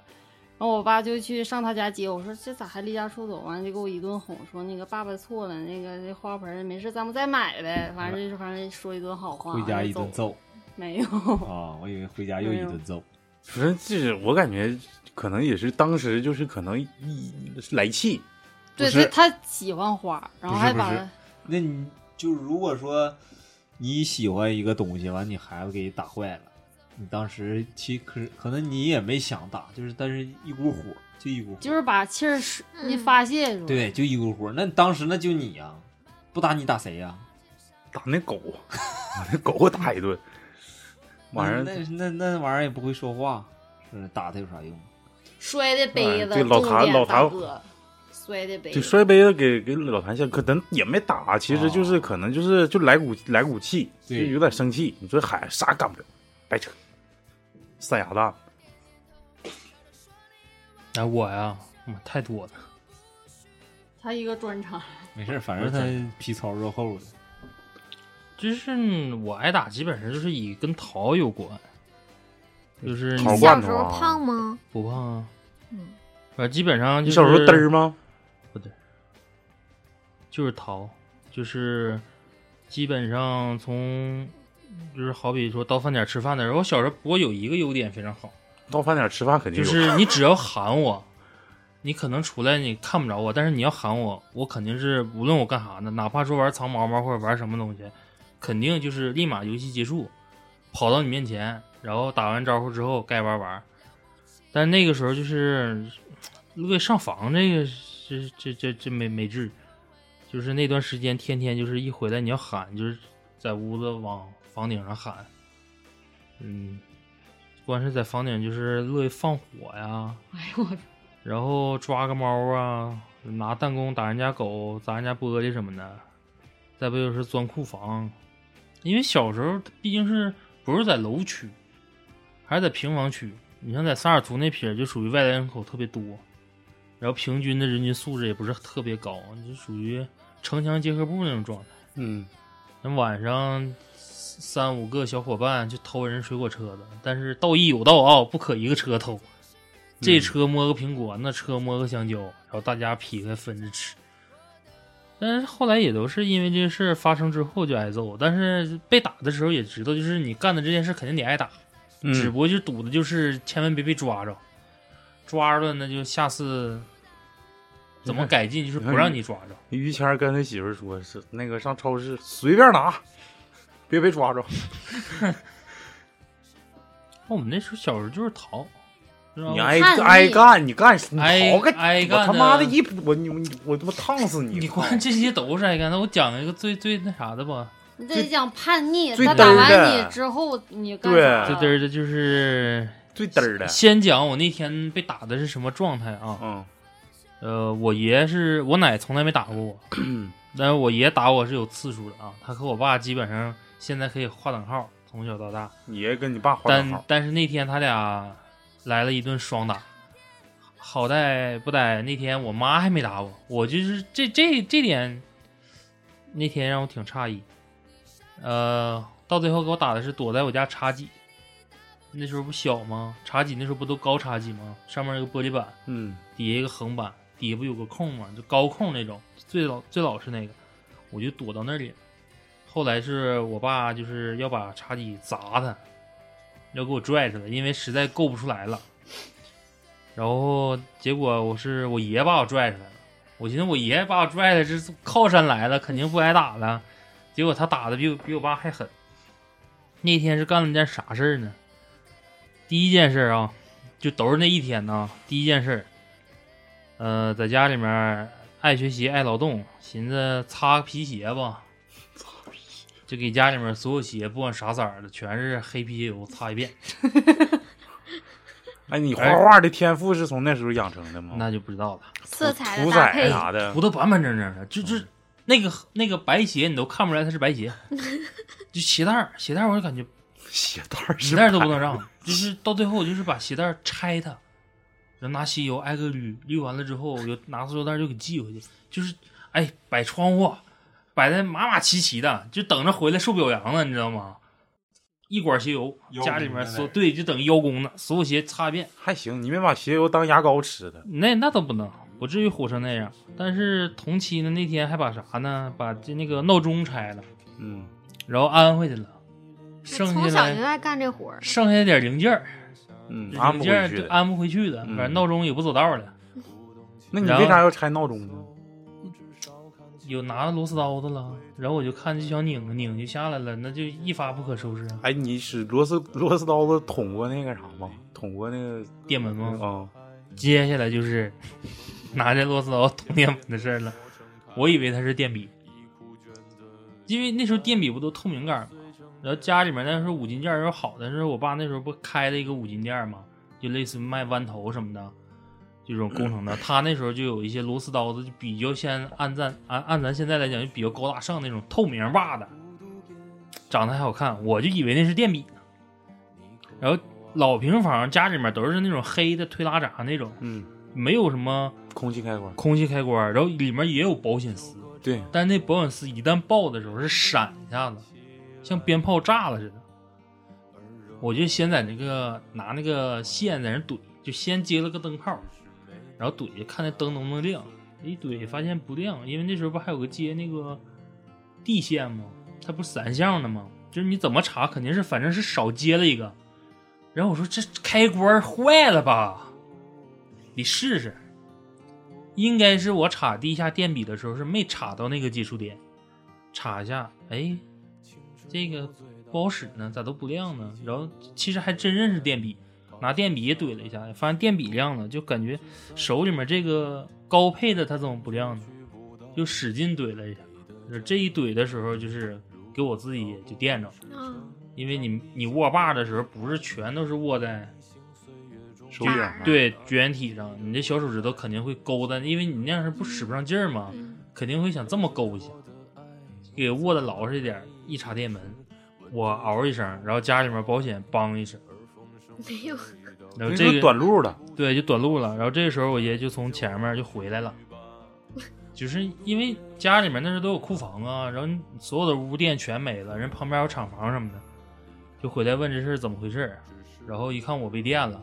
然后我爸就去上他家接我，说这咋还离家出走？完了就给我一顿哄，说那个爸爸错了，那个这花盆儿没事，咱们再买呗。完了就是反正说一顿好话，回家一完顿就走了，揍没有。啊！我以为回哎家又一顿揍，反正就是我感觉，可能也是当时就是可能一来气，对，不是他他喜欢花，然后不是还不把是那你就如果说你喜欢一个东西，完你孩子给打坏了，你当时其可可能你也没想打，就是但是一股火就一股火，就是把气儿是嗯一发泄出来。对，就一股火。那当时那就你呀、不打你打谁呀、打那狗， 把那狗打一顿，晚上嗯那那那玩意儿也不会说话，是打他有啥用？摔的杯哎子，对老重谭点老大谭哥摔的杯就子，摔杯子给给老谭吓，可能也没打，其实就是可能就是就来股来股气，就对有点生气。你说嗨，啥干不了，白扯，塞牙蛋。哎，我呀，嗯太多了。他一个专场。没事儿，反正他皮糙肉厚的。就是我挨打，基本上就是以跟桃有关，就是嗯桃罐小头时候啊胖吗？不胖啊，嗯，啊，基本上就你是小时候嘚儿吗？就是淘，就是基本上从就是好比说到饭点吃饭的时候，我小时候不过有一个优点非常好，到饭点吃饭肯定就有，是你只要喊我，你可能出来你看不着我，但是你要喊我，我肯定是无论我干啥呢，哪怕说玩藏猫猫或者玩什么东西，肯定就是立马游戏结束，跑到你面前，然后打完招呼之后该玩玩。但那个时候就是为上房这个这这这这没没治，就是那段时间天天就是一回来你要喊，就是在屋子往房顶上喊，嗯，不管是在房顶就是乐意放火呀，哎呦我 然后抓个猫啊，拿弹弓打人家狗，砸人家玻璃什么的。再不就是钻库房，因为小时候毕竟是不是在楼区，还是在平房区。你像在萨尔图那撇儿就属于外来人口特别多，然后平均的人均素质也不是特别高，就属于城乡结合部那种状态。嗯，那晚上三五个小伙伴去偷人水果车子，但是道义有道啊，不可一个车偷。这车摸个苹果，那车摸个香蕉，然后大家劈开分着吃。但是后来也都是因为这个事儿发生之后就挨揍，但是被打的时候也知道，就是你干的这件事肯定得挨打，嗯只不过就赌的就是千万别被抓着，抓着了那就下次怎么改进，就是不让你抓着。于谦儿跟他媳妇儿说是那个上超市随便拿，别被抓着。哦我们那时候小时候就是逃，知道吗你挨叛逆挨干，你干你挨逃个挨我干他妈的呢一我你你我他妈烫死你！哎你我操光这些都是挨干的。我讲一个最最那啥的 吧，你得讲叛逆，最他嘚打儿完的你之后，你干对最啥了嘚儿的就是最嘚儿的，先讲我那天被打的是什么状态啊？嗯呃，我爷是我奶从来没打过我， 但是我爷打我是有次数的啊。他和我爸基本上现在可以划等号，从小到大。你爷跟你爸划等但号，但是那天他俩来了一顿双打，好歹不歹那天我妈还没打我，我就是这这这点，那天让我挺诧异。呃，到最后给我打的是躲在我家茶几，那时候不小吗？茶几那时候不都高茶几吗？上面有个玻璃板，嗯底下一个横板，底下不有个空吗？就高空那种，最老最老是那个，我就躲到那里。后来是我爸就是要把茶几砸他，要给我拽出来，因为实在够不出来了。然后结果我是我爷把我拽出来了，我寻思我爷把我拽来，这是靠山来了，肯定不挨打了。结果他打的比我比我爸还狠。那天是干了件啥事儿呢？第一件事儿啊，就都是那一天呢。第一件事儿，呃，在家里面爱学习爱劳动，寻思擦个皮鞋吧，就给家里面所有鞋，不管啥色儿的，全是黑啤酒擦一遍，哎，你画画的天赋是从那时候养成的吗？那就不知道了。嗯色彩涂的搭色配，啥的涂，的哦板板正正的，就就那个那个白鞋，你都看不出来它是白 鞋，就鞋带儿鞋带儿我就感觉鞋带儿鞋是带儿都不能白 让，就是到最后我就是把鞋带儿拆它，然后拿吸油挨个捋，捋完了之后我就拿塑料袋就给系回去，就是哎摆窗户，摆的马马齐齐的，就等着回来受表扬呢，你知道吗？一管鞋油，邀家里功面的所对就等于邀功呢，所有鞋擦遍。还行，你没把鞋油当牙膏吃的，那那倒不能，不至于火成那样。但是同期呢，那天还把啥呢？把这那个闹钟拆了，嗯，然后安回去了，剩从下小哎就来爱干这活儿，剩下点零件儿，嗯，安零不件回儿去就啊的。安不回去的，反嗯正闹钟也不走道了，那你然后为啥要拆闹钟呢？有拿螺丝刀的了，然后我就看这小拧拧就下来了，那就一发不可收拾啊！哎，你使螺丝螺丝刀子捅过那个啥吗？捅过那个电门吗？啊、接下来就是 拿着螺丝刀捅电门的事儿了。我以为它是电笔，因为那时候电笔不都透明盖儿吗？然后家里面那时候五金件儿要好的时候，我爸那时候不开了一个五金店儿吗？就类似卖弯头什么的，这种工程的。他那时候就有一些螺丝刀子，就比较先按咱按按咱现在来讲就比较高大上那种透明把的，长得还好看，我就以为那是电笔呢。然后老平房家里面都是那种黑的推拉闸那种，嗯，没有什么空气开关，空气开关，然后里面也有保险丝，对，但那保险丝一旦爆的时候是闪一下子，像鞭炮炸了似的。我就先在那个拿那个线在那怼，就先接了个灯泡，然后怼看那灯能不能亮。一怼发现不亮，因为那时候不还有个接那个地线吗？它不是三项的吗？就是你怎么查，肯定是反正是少接了一个。然后我说这开关坏了吧？得试试。应该是我插地下电笔的时候是没插到那个接触点，插一下，哎，这个不好使呢，咋都不亮呢？然后其实还真认识电笔，拿电笔也怼了一下，发现电笔亮了，就感觉手里面这个高配的它怎么不亮呢？就使劲怼了一下，这一怼的时候就是给我自己就电着了，嗯，因为你你握把的时候不是全都是握在手柄啊，对卷体上，你这小手指头肯定会勾的，因为你那样是不使不上劲儿嘛，嗯肯定会想这么勾一下，给握的牢实一点儿，一插电门，我嗷一声，然后家里面保险梆一声， 没有，然后那这就个短路了，对就短路了，然后这个时候我爷就从前面就回 来了，就是因为家里面那时候都有库房啊，然后你所有的屋电全没了，人旁边有厂房什么的，就回来问这事儿怎么回事儿，然后一看我被电了，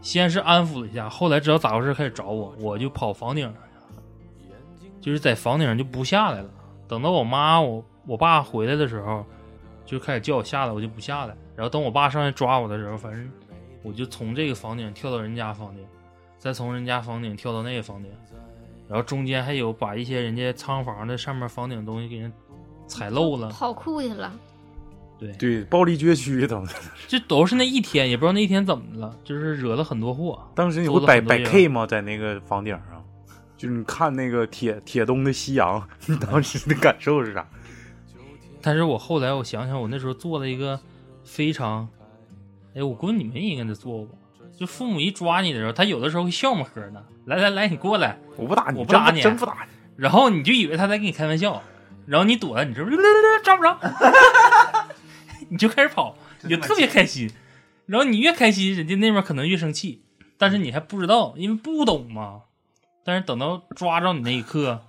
先是安抚了一下，后来知道咋回事开始找我，我就跑房顶上去了就是在房顶上就不下来了。等到我妈我我爸回来的时候，就开始叫我下来，我就不下来。然后等我爸上来抓我的时候，反正我就从这个房顶跳到人家房顶，再从人家房顶跳到那个房顶，然后中间还有把一些人家仓房的上面房顶的东西给人踩漏了。跑酷去了，对，对，暴力攫取等等。这都是那一天，也不知道那一天怎么了，就是惹了很多祸。 当时你做会了摆很多摆样 K 吗？在那个房顶上，就是你看那个铁铁东的夕阳， 你当时的感受是啥？但是我后来我想想，我那时候做了一个非常，哎，我估计你们也应该都做过吧。就父母一抓你的时候，他有的时候会笑呵呵的，来来来，你过来，我不打你，我不真打你真不打你。然后你就以为他在跟你开玩笑，然后你躲了，你这不是来来来抓不着， 你就开始跑，你就特别开心。然后你越开心，人家那边可能越生气，但是你还不知道，因为不懂嘛。但是等到抓着你那一刻，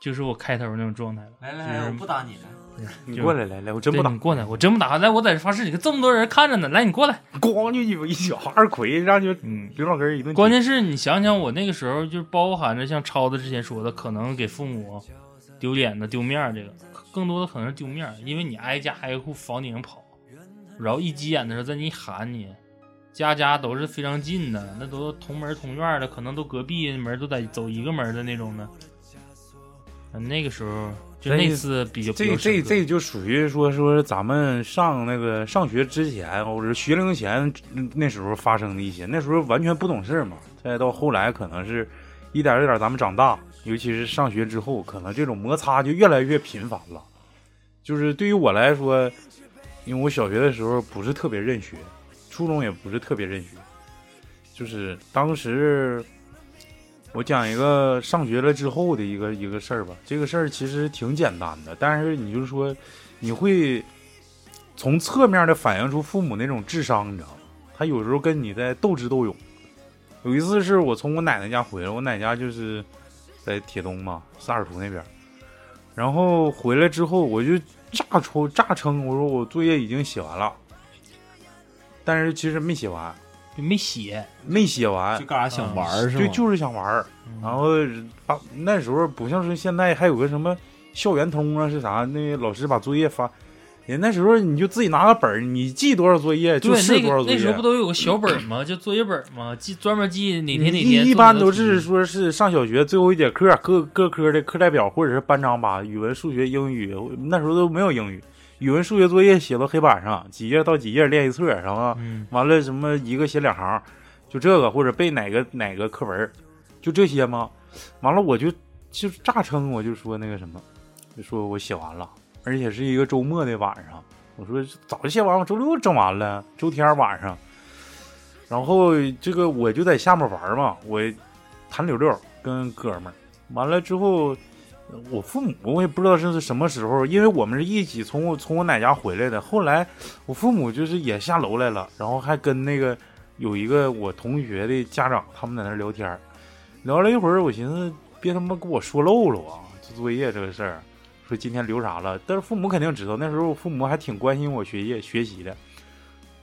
就是我开头那种状态了。来就来来，是我不打你了。你过来，来来，我真对不打你，过来，我真不打。来，我在这发誓，你看这么多人看着呢，来，你过来。咣就一一脚二魁，让就嗯，刘老根儿一顿。关键是你想想，我那个时候就是包含着像超子之前说的，可能给父母丢脸的、丢面儿，这个更多的可能是丢面儿，因为你挨家挨户房顶上跑，然后一急眼的时候在你喊你，家家都是非常近的，那都同门同院的，可能都隔壁门都得走一个门的那种的。嗯那个时候就那次比较这这这就属于说说咱们上那个上学之前或者学龄前嗯那时候发生的一些，那时候完全不懂事儿嘛。再到后来，可能是一点儿一点儿咱们长大，尤其是上学之后，可能这种摩擦就越来越频繁了。就是对于我来说，因为我小学的时候不是特别认学，初中也不是特别认学，就是当时我讲一个上学了之后的一个一个事儿吧。这个事儿其实挺简单的，但是你就是说，你会从侧面的反映出父母那种智商，你知道吗？他有时候跟你在斗智斗勇，有一次是我从我奶奶家回来，我奶奶家就是在铁东嘛，萨尔图那边儿。然后回来之后，我就炸出炸称，我说我作业已经写完了，但是其实没写完，你没写，没写完嗯就，干啥想玩儿是吗？嗯对，就是想玩儿。然后把那时候不像是现在，还有个什么校园通啊，是啥？那老师把作业发，人那时候你就自己拿个本儿，你记多少作业就对，是那多啊少个作业。那时候不都有个小本儿吗？就作业本儿吗？记专门记哪天哪天。一一般都是说是上小学最后一节课，各各科的课代表或者是班长把语文、数学、英语，那时候都没有英语，语文、数学作业写到黑板上，几页到几页练一册，然后嗯，完了什么一个写两行，就这个或者背哪个哪个课文儿，就这些吗？完了我就就炸称我就说那个什么，就说我写完了，而且是一个周末的晚上，我说早就写完，我周六整完了，周天晚上，然后这个我就在下面玩嘛，我弹柳六跟哥们儿，完了之后。我父母我也不知道这是什么时候，因为我们是一起从我从我奶家回来的。后来我父母就是也下楼来了，然后还跟那个有一个我同学的家长，他们在那儿聊天儿，聊了一会儿，我寻思别他妈给我说漏了啊，这作业这个事儿，说今天留啥了。但是父母肯定知道，那时候我父母还挺关心我学业学习的，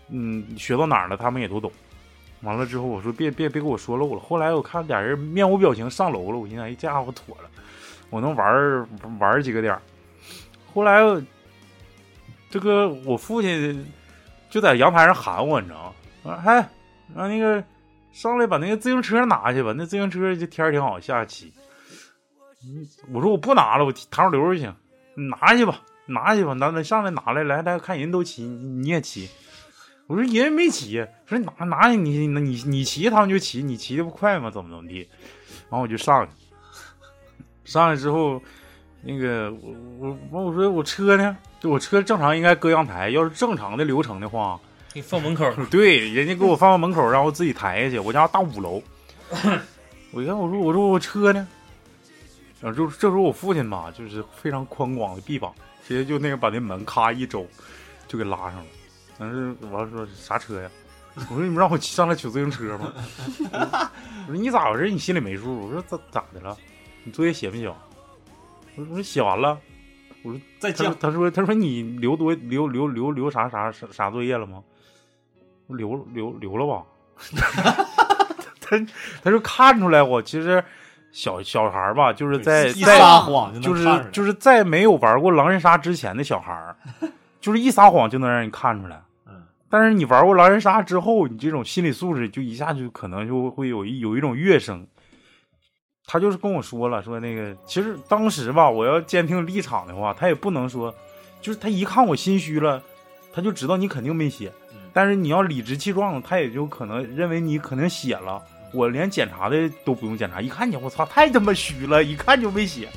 嗯，学到哪儿了他们也都懂。完了之后，我说别别别给我说漏了。后来我看俩人面无表情上楼了，我寻思哎这家伙妥了，我能玩儿玩儿几个点儿。后来这个我父亲就在阳台上喊我，你知道吗？啊，嗨，让那个上来把那个自行车拿去吧，那自行车就天儿挺好，下棋。嗯我说我不拿了，我糖溜溜去，你拿去吧，拿去吧，咱咱上来拿来，来来看人都骑，你你也骑。我说人没骑，说拿拿你你你你骑他们就骑，你骑的不快吗？怎么怎么地？完我就上去，上去之后，那个我我我我说我车呢？就我车正常应该搁阳台，要是正常的流程的话，给放门口儿，对，人家给我放到门口，让我自己抬下去。我家大五楼，我一看，我说我说我车呢？然后就这时候我父亲吧，就是非常宽广的臂膀，直接就那个把那门咔一周就给拉上了。但是完了说啥车呀？我说你们让我骑上来取自行车吗？我说你咋回事？你心里没数？我说咋咋的了？你作业写没写完？我说我说写完了。再他说讲他说他说你留多留留留留啥啥啥啥作业了吗？我留留留了吧。 他他就看出来我其实小小孩儿吧，就是在一在撒谎就能就是看出来就是在没有玩过狼人杀之前的小孩 儿，就是一撒谎就能让你看出来。嗯，但是你玩过狼人杀之后，你这种心理素质就一下就可能就会有一有一种跃升。他就是跟我说了，说那个其实当时吧，我要坚定立场的话，他也不能说，就是他一看我心虚了，他就知道你肯定没写。嗯但是你要理直气壮，他也就可能认为你可能写了。我连检查的都不用检查，一看你，我操，太他妈虚了，一看就没写。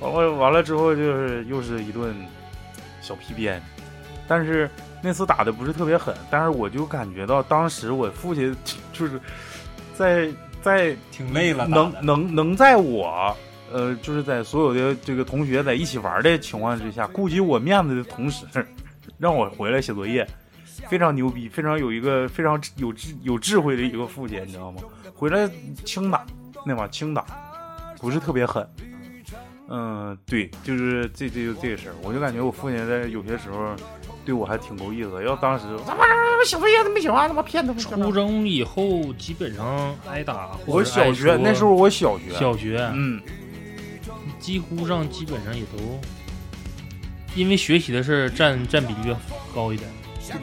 完了完了之后就是又是一顿小皮鞭，但是那次打的不是特别狠，但是我就感觉到当时我父亲就是在在挺累了，能打的能能在我呃，就是在所有的这个同学在一起玩的情况之下，顾及我面子的同时，让我回来写作业，非常牛逼，非常有一个非常有智有智慧的一个父亲，你知道吗？回来轻打，那把轻打不是特别狠。嗯，对，就是这这就这个事儿，我就感觉我父亲在有些时候对我还挺够意思。要当时他妈写作业都没写完，他妈骗他妈！ 初中以后基本上挨打或者我小学挨说那时候我小学，小学，嗯，几乎上基本上也都因为学习的事儿占占比例高一点。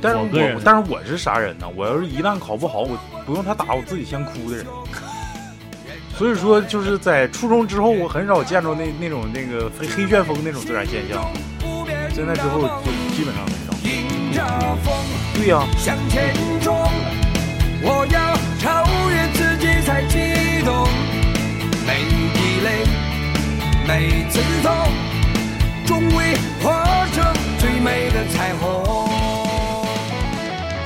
但是我个人我但是我是啥人呢？我要是一旦考不好，我不用他打，我自己先哭的人。所以说，就是在初中之后，我很少见着那那种那个黑黑旋风那种自然现象。在那之后，就基本上很少。迎着风对呀、向前冲，我要超越自己才激动。每滴泪，每刺痛，终会活成最美的彩虹。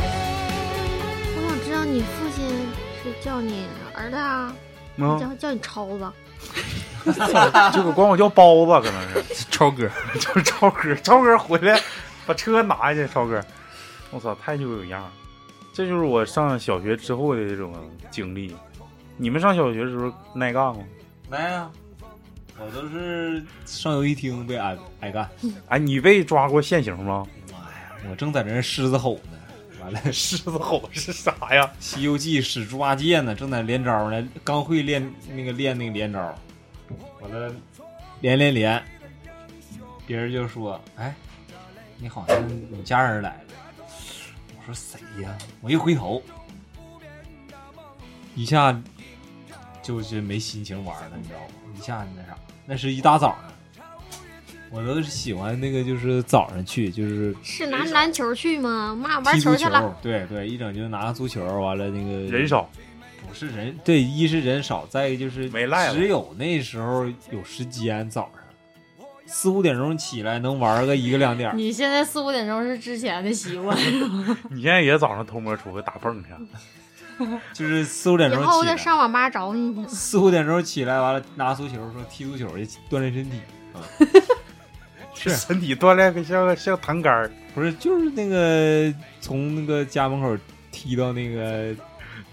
我想知道你父亲是叫你儿子啊，嗯，叫叫你超子，这个管我叫包子，可能是 超哥，就是超哥，超哥回来把车拿下去，超哥，我操，太牛有样儿。这就是我上小学之后的这种经历。你们上小学的时候耐干吗？来呀、我都是上游戏厅被挨挨干。哎，你被抓过现行吗？我正在这儿狮子吼呢，完了《狮子吼是啥呀？西游记》使猪八戒呢，正在连招呢，刚会练那个练那个连招，完了连连连，别人就说：“哎，你好像你家人来了。”我说谁呀？我一回头，一下就是没心情玩了，你知道吗？一下那啥，那是一大早上。我都是喜欢那个，就是早上去，就是是拿篮球去吗？妈，玩踢足球去了。对对，一整就拿足球，完了那个 人少，嗯不是人，对，一是人少，再一个就是没赖了只有那时候有时间，早上四五点钟起来能玩个一个两点儿，你现在四五点钟是之前的 习惯，你现在也早上偷摸出去打蹦去啊？就是四五点以钟后我起得来，上网吧找你 去。四五点钟起来，完了拿足球说踢足球去锻炼身体，是身体锻炼个像个像弹杆儿，不是就是那个从那个家门口踢到那 个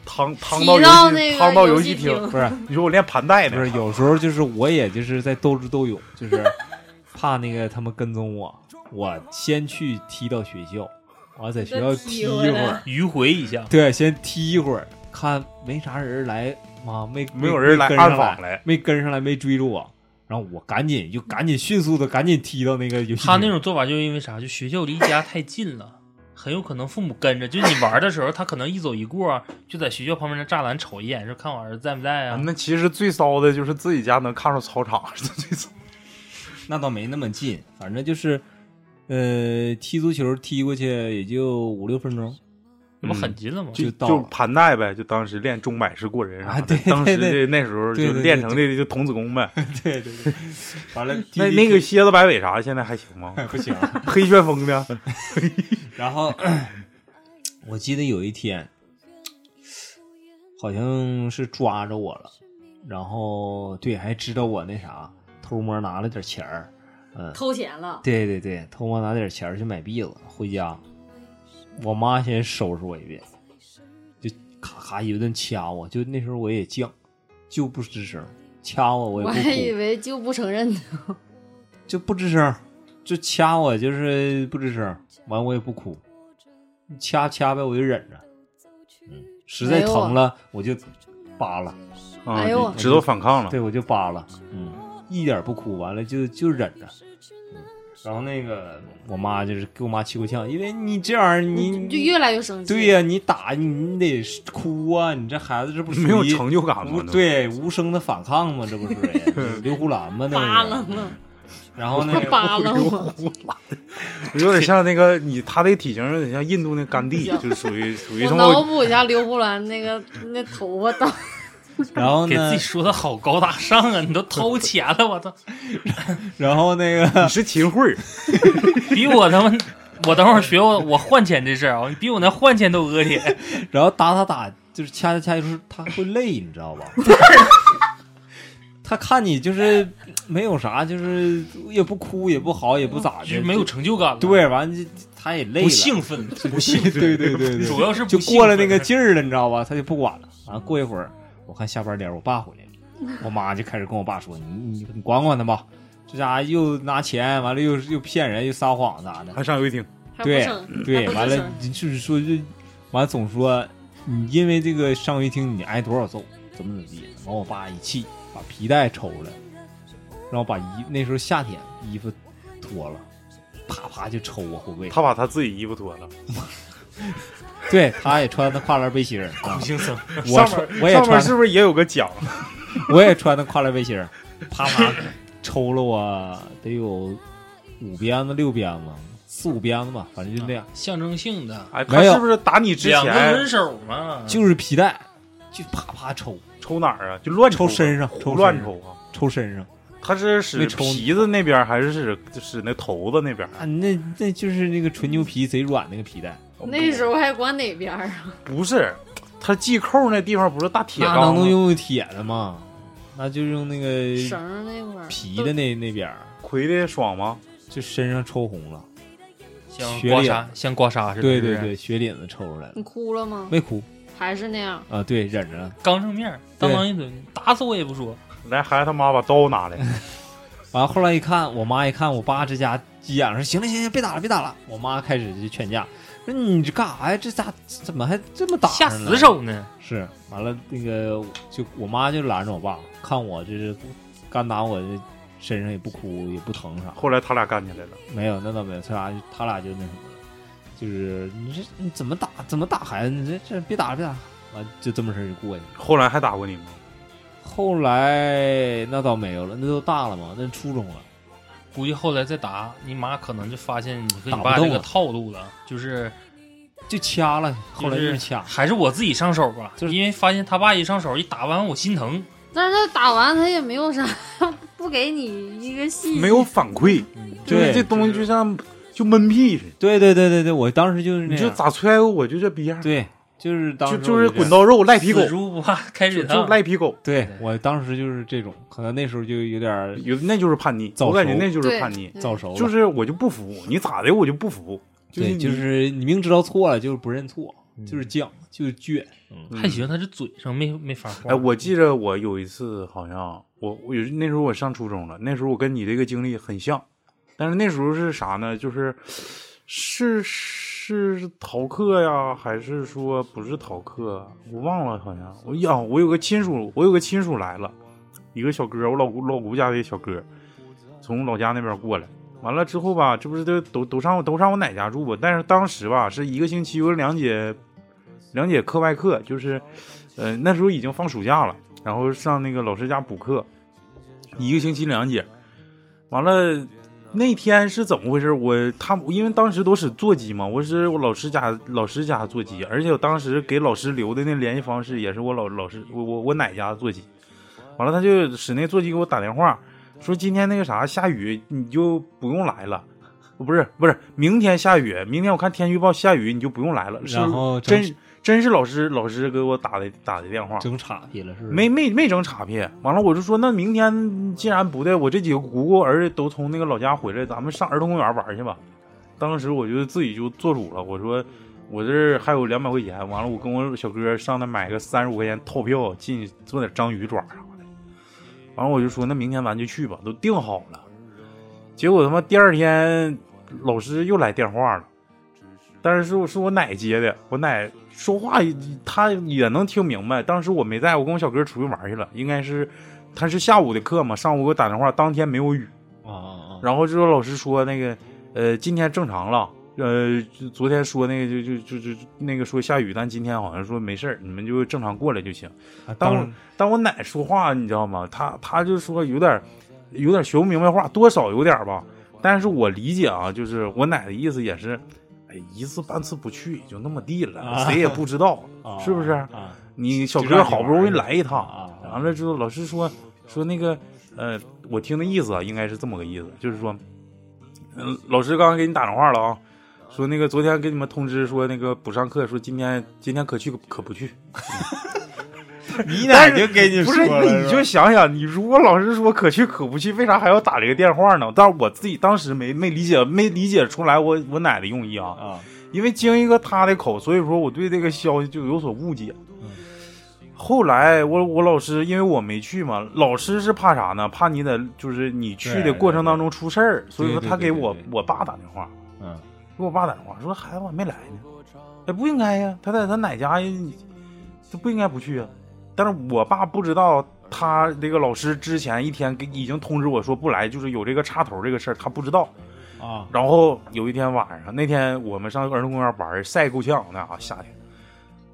趟趟提到到游那戏个趟到游游戏戏厅。厅，不是你说我练盘带不呢？是，有时候就是我也就是在斗智斗勇，就是 怕那个他们跟踪我，我先去踢到学校，完了在学校再踢踢一回会来儿，迂回一下，对，先踢一会儿，看没啥人来，妈没没有人来没跟上暗访来来，没跟上来，没追着我，然后我赶紧就赶紧迅速的赶紧踢到那个游戏厅，他那种做法就是因为啥？就学校离家太近了，很有可能父母跟着。就你玩的时候，他可能一走一过，就在学校旁边的栅栏瞅一眼，说看我儿子在不在啊啊？那其实最骚的就是自己家能看着操场， 是最骚。那倒没那么近，反正就是，呃，踢足球踢过去也就五六分钟，那不很近了吗？就到就了盘带呗，就当时练钟摆式过人啥啊的。对当时对的那时候对就对练对成的就童子功 呗。 对对对，完了哎那那个蝎子摆尾啥现在还行 吗？不行。黑旋风呢？然后 我记得有一天，好像是抓着我了，然后对，还知道我那啥，偷摸拿了点钱儿，偷 钱了，对对对，偷摸拿点钱儿去买币了，回家，我妈先收拾我一遍，就咔咔一顿掐我，就那时候我也犟，就不吱声，掐我我也我不还以哭，为就不承认呢。就不吱声，就掐我就是不吱声，完我也不哭，掐掐呗，我就忍着，嗯，实在啊疼了我就扒拉，啊哎呦，你知道反抗了。对我就扒拉，嗯，一点不哭，完了就就忍着。嗯然后那个我妈就是给我妈气够呛，因为你这玩意儿你就越来越生气。对呀、你打你你得哭啊！你这孩子这不属于没有成就感无吗？，对无声的反抗吗？这不是 刘胡兰吗？扒那拉个，嗯了，然后那个扒拉了，有点像那个你，他的体型有点像印度那甘地，就是属于属于我从脑补一下刘胡兰那个那头发当 然后给自呢己，说的好高大上啊！你都偷钱了，我操！然后那你个，是秦桧， 比我他妈，我等会儿学我我换钱这事儿啊，你比我那换钱都恶劣。 然后打打打，就是掐掐掐，就是他会累，你知道吧？ 他看你就是没有啥，就是也不哭，也不嚎，也不咋就的，没有成就感了，，对，完了就他也累了，不兴奋，不 兴奋，对对对对，主要是不就兴奋过了那个劲儿了，你知道吧？他就不管了。完、过一会儿，我看下班点儿，我爸回来了，我妈就开始跟我爸说：“你你你管管他吧，这家伙又拿钱，完了又又骗人，又撒谎咋的还上游戏 厅，还不对成，还，对不完吱了声你就是说就，完了总说你因为这个上一听你挨多少揍，怎么怎么地。完我爸一气，把皮带抽了，然后把衣那时候夏天衣服脱了，啪啪就抽我后背。他把他自己衣服脱了，对，他也穿的跨栏背心儿，啊不兴奋，我上穿面我也上面穿的是不是也有个奖？我也穿的跨栏背心儿，啪啪抽了我得有五鞭子六鞭子，四五鞭子吧，反正就那样， 象征性的，哎，没他有是不是打你之两个前人手嗯嘛，就是皮带，就啪啪抽，抽哪儿啊？就乱抽抽身上啊抽乱身上抽啊！抽身上他是使没抽皮子那边，还是使使那头子那边？啊，那那就是那个纯牛皮贼软那个皮带，那时候还管哪边儿啊？不是，他系扣那地方不是大铁啊那钢能吗能用铁的吗？那就用那嗯绳个儿那块儿皮的那那边儿，亏的爽吗？就身上抽红了，像学刮历痧，像刮痧似的，对是不对是对，，血淋子抽出来了你，哭了吗？没哭还是那样？啊，对，忍着了。刚正面儿，当当一顿，打死我也不说。来，孩子他妈把刀拿来，完了后来一看，我妈一看我爸这家急眼了，说行了行了，别打了别打了。我妈开始就劝架，说你这干啥呀？这家怎么还这么打下上了死手呢？是，完了那个就我妈就拦着我爸，看我就是干打我这身上也不哭也不疼啥，后来他俩干起来了，没有那倒没有，他俩就他俩就那什么了，就是你这你怎么打怎么打孩子，你这这别打了别打了，完就这么事儿就过去了。后来还打过你吗？后来那倒没有了，那都大了嘛，那初中了，估计后来再打你妈，可能就发现你和打不你爸这动个了套路了，就是就掐了，后来就是掐，还是我自己上手吧，就是因为发现他爸一上手一打完我心疼，但是他打完他也没有啥，不给你一个细节没有反馈，就是对这东西就像就闷屁似的，对对对对对，我当时就是那你就样咋踹我我就这逼样，对，就是当就时就我是这样滚刀肉赖皮狗死，猪不怕开就水就烫。赖皮狗，对我当时就是这种，可能那时候就有点儿有那就是叛逆，早我感觉熟那就是对叛逆，对早熟了，就是我就不服，你咋的我就不服，对，你嗯就是你明知道错了，就是不认错，就是犟，就是倔。还行，他这嘴上没没法话。哎，我记着我有一次好像我我有那时候我上初中了，那时候我跟你这个经历很像，但是那时候是啥呢？就是是是逃课呀，还是说不是逃课啊？我忘了，好像我呀，我有个亲属，我有个亲属来了，一个小哥，我老姑老姑家的小哥，从老家那边过来。完了之后吧，这不是都都都上都上我奶家住吧？但是当时吧，是一个星期有两节两节课外课，就是呃，那时候已经放暑假了，然后上那个老师家补课，一个星期两节。完了，那天是怎么回事？我他因为当时都是座机嘛，我是我老师家老师家座机，而且我当时给老师留的那联系方式也是我老老师我我我奶家座机。完了，他就使那座机给我打电话，说今天那个啥下雨，你就不用来了。不是不是，明天下雨，明天我看天气预报下雨，你就不用来了。是然后真整真是老师老师给我打的打的电话，整岔劈了，是不是？没没没整岔劈。完了，我就说那明天既然不对，我这几个姑姑儿都从那个老家回来，咱们上儿童公园玩去吧。当时我就自己就做主了，我说我这儿还有两百块钱，完了我跟我小哥上那买个三十五块钱套票进去做点章鱼爪啥的。完了我就说那明天咱就去吧，都定好了。结果他妈第二天老师又来电话了。但是是我是我奶接的，我奶说话她也能听明白。当时我没在，我跟我小哥出去玩去了，应该是他是下午的课嘛，上午给我打电话，当天没有雨，啊啊啊！然后就说老师说那个呃今天正常了，呃就昨天说那个就就就就那个说下雨，但今天好像说没事儿，你们就正常过来就行。啊当当我但我奶说话，你知道吗？她她就说有点儿有点儿学不明白话，多少有点儿吧。但是我理解啊，就是我奶的意思也是，哎，一次半次不去也就那么地了，啊谁也不知道， 啊是不是？啊？你小就哥让你好不容易玩儿来一趟，啊啊完了之后老师说说那个呃，我听的意思啊，应该是这么个意思，就是说，嗯、老师刚刚给你打电话了啊，说那个昨天给你们通知说那个不上课，说今天今天可去可不去。 你但是就给你不是，说那了你就想想，你如果老师说可去可不去，为啥还要打这个电话呢？但是我自己当时没没理解，没理解出来我我奶的用意啊，啊，因为经一个他的口，所以说我对这个消息就有所误解。后来我我老师因为我没去嘛，老师是怕啥呢？怕你在就是你去的对过程当中出事儿，所以说对对他给对对我对我爸打电话，嗯，给我爸打电话说孩子我还没来呢，哎不应该呀，他在他奶家，他不应该不去啊。但是我爸不知道他这个老师之前一天给已经通知我说不来，就是有这个插头这个事儿，他不知道。啊，然后有一天晚上，那天我们上儿童公园玩，晒够呛，那啊夏天。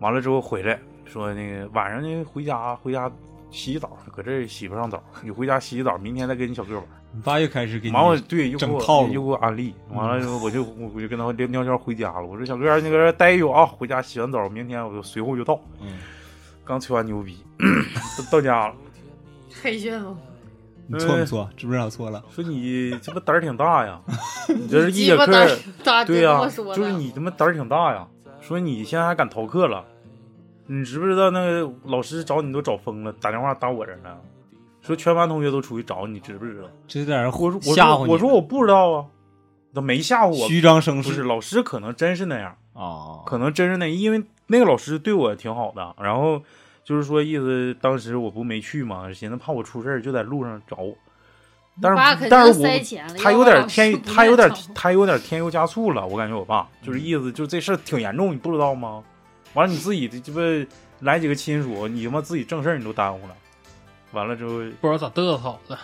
完了之后回来，说那个晚上呢回家回家洗洗澡，搁这儿洗不上澡，你回家洗洗澡，明天再跟你小哥玩。你爸又开始给你完我对又给整我套路又给我安利，完了之后我就我我就跟他聊聊天回家了。我说小哥儿那个待一宿啊，回家洗完澡，明天我就随后就到。嗯，刚吹完牛逼， 到到家了，黑旋风，你错没错？知不知道错了？说你这不胆儿挺大呀，你这是一鸡节巴课大大对呀呀、、说就是的你他妈胆儿挺大呀！说你现在还敢逃课了，你知不知道那个老师找你都找疯了，打电话打我这儿呢，说全班同学都出去找你，知不知道？这点我说我吓说唬你，我说我不知道啊，都没吓唬我，虚张声不是势老师可能真是那样，啊，可能真是那，因为那个老师对我挺好的，然后就是说意思，当时我不没去嘛，寻思怕我出事儿就在路上找我，但爸是肯但定是塞我钱了，他要有不点老师添不他认有点账他有点添油加醋了，我感觉我爸就是意思就是这事儿挺严重，你不知道吗？完了你自己的鸡巴来几个亲属，你他妈自己正事儿你都耽误了，完了之后不知道咋嘚瑟好的。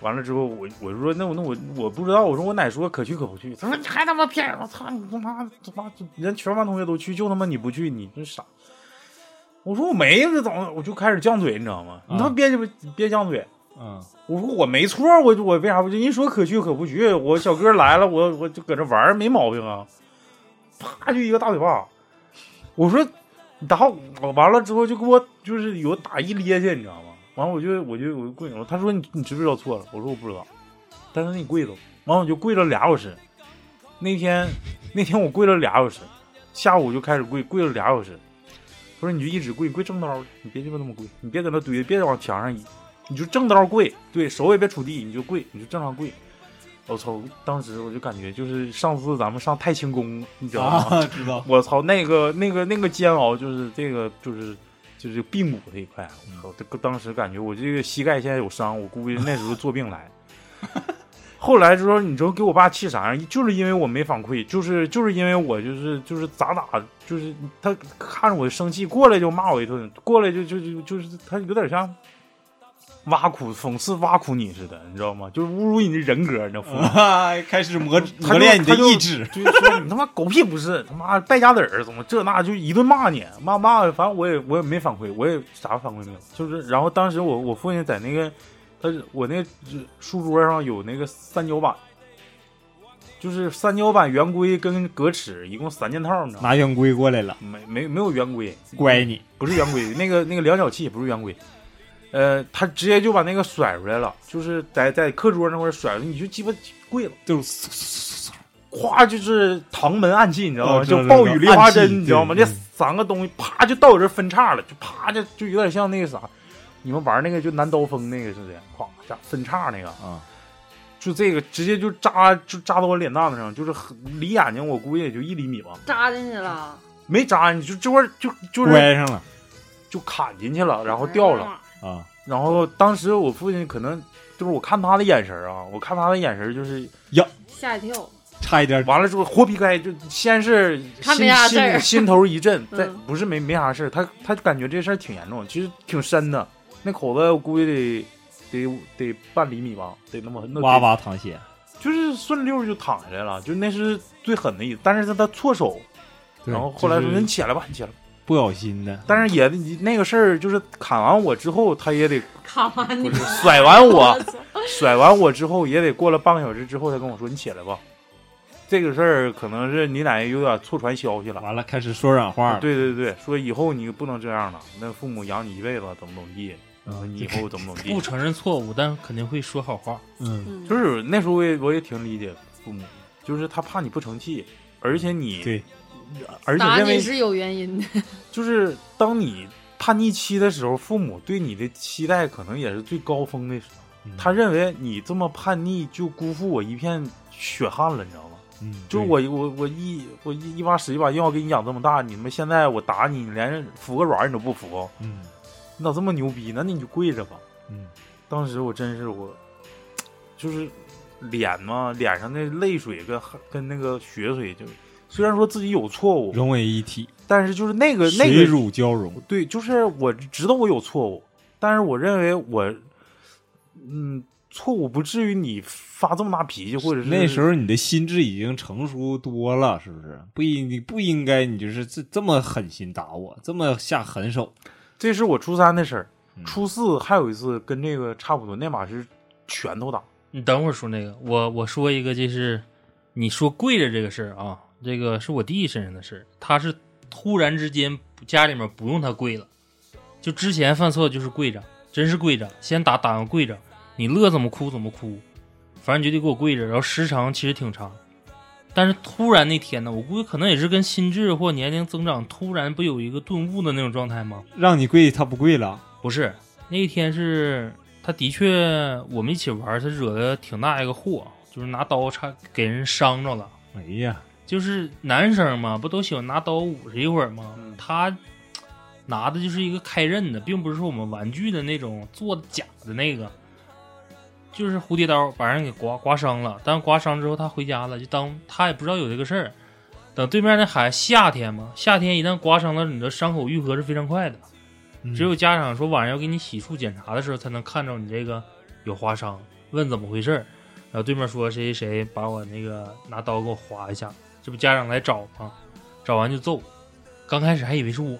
完了之后我我就说那我那我我不知道，我说我奶说可去可不去，他说你还他妈骗人，我操你他妈他妈人全班同学都去，就他妈你不去，你这傻。我说我没这怎么，我就开始犟嘴，你知道吗？你他妈啊别别犟嘴，嗯，我说我没错，我我为啥不去？人说可去可不去，我小哥来了，我我就搁这玩儿，没毛病啊。啪就一个大嘴巴，我说你打我完了之后就给我就是有打一趔趄，你知道吗？完了我就我就我就跪那儿，他说你你知不知道错了？我说我不知道，但是你跪着，完了我就跪了俩小时。那天那天我跪了俩小时，下午就开始跪，跪了俩小时。他说你就一直跪，跪正道，你别鸡巴那么跪，你别搁那堆，别往墙上倚。你就正道跪，对手也别杵地，你就跪，你就正常跪。我操！当时我就感觉就是上次咱们上太清宫，你 知道吗？啊，知道我操，那个那个那个煎熬，就是这个就是就是髌骨这一块，啊我操，这个当时感觉我这个膝盖现在有伤，我估计那时候做病来。后来之后，你知道给我爸气啥样？就是因为我没反馈，就是就是因为我就是就是咋打，就是他看着我生气，过来就骂我一顿，过来就就就就是他有点像挖苦、讽刺、挖苦你似的，你知道吗？就是侮辱你的人格，你知道吗？啊，开始磨就磨练你的他就意志，就是说你他妈狗屁不是，他妈败家子儿，怎么这那就一顿骂你，骂骂，反正我也我也没反馈，我也啥反馈没有，就是然后当时我我父亲在那个他我那书桌上有那个三角板，就是三角板圆规跟格尺一共三件套，你知道吗？拿圆规过来了，没没没有圆规，乖你不是 圆规，那个那个量角器不是圆规，呃，他直接就把那个甩出来了，就是在在课桌那块儿甩出来，你就鸡巴跪了。就是咵就是唐门暗器，你知道吗？哦知就道知道暴雨梨花针，你知道吗？暗器这对嗯三个东西啪就到我这分叉了，就啪就就有点像那个啥，你们玩那个就南刀锋那个似的，咵一下分叉那个啊，就这个直接就扎就扎到我脸蛋子上，就是很离眼睛我估计也就一厘米吧，扎进去了，没扎，你就这块儿就就是乖上了就砍进去嗯了，然后掉了。啊，然后当时我父亲可能就是我看他的眼神啊，我看他的眼神就是吓一跳，差一点完了之后，活皮该就先是他心没啥事儿心心头一震， 嗯再不是没没啥事儿，他他感觉这事儿挺严重，其实挺深的，那口子我估计得得得半厘米吧，得那么那得哇哇淌血，就是顺溜就躺下来了，就那是最狠的一，但是他他错手，对然后后来说就是你起来吧，你起来吧，不小心的，但是也那个事儿就是砍完我之后，他也得 卡完你不是甩完我，甩完我之后也得过了半个小时之后，他跟我说你起来吧。这个事儿可能是你俩有点错传消息了，完了开始说软话了，对对对，说以后你不能这样了，那父母养你一辈子怎么怎么地，然后嗯你以后怎么怎不么地，承认错误，但肯定会说好话。嗯，嗯就是那时候我也我也挺理解父母，就是他怕你不成器，而且你对，而且打认你为是有原因的，就是当你叛逆期的时候，父母对你的期待可能也是最高峰的时候，嗯他认为你这么叛逆就辜负我一片血汗了，你知道吗？嗯，就是对我我我一我一一把屎一把尿给你养这么大，你们现在我打你，你连服个软你都不服，嗯你咋这么牛逼呢？那你就跪着吧。嗯，当时我真是我，就是脸嘛，脸上的泪水跟跟那个血水就，虽然说自己有错误，融为一体，但是就是那个那水个乳交融，对，就是我知道我有错误，但是我认为我，嗯，错误不至于你发这么大脾气，或者是那时候你的心智已经成熟多了，是不是？不应你不应该你就是这这么狠心打我，这么下狠手，这是我初三的事儿，嗯初四还有一次跟这个差不多，那把是拳头打，你等会儿说那个，我我说一个，就是你说跪着这个事儿啊，这个是我弟身上的事儿，他是突然之间家里面不用他跪了，就之前犯错就是跪着，真是跪着，先打打完跪着，你乐怎么哭怎么哭，反正你就得给我跪着，然后时长其实挺长，但是突然那天呢，我估计可能也是跟心智或年龄增长突然不有一个顿悟的那种状态吗？让你跪他不跪了，不是，那一天是他的确我们一起玩儿，他惹了挺大一个祸，就是拿刀插给人伤着了。哎呀，就是男生嘛，不都喜欢拿刀捂着一会儿吗？嗯他拿的就是一个开刃的，并不是说我们玩具的那种做的假的那个，就是蝴蝶刀把人给刮刮伤了。但刮伤之后他回家了，就当他也不知道有这个事儿。等对面那孩子夏天嘛，夏天一旦刮伤了，你的伤口愈合是非常快的。只有家长说晚上要给你洗漱检查的时候，才能看着你这个有划伤，问怎么回事儿。然后对面说谁谁谁把我那个拿刀给我划一下，这不家长来找吗？找完就揍。刚开始还以为是我，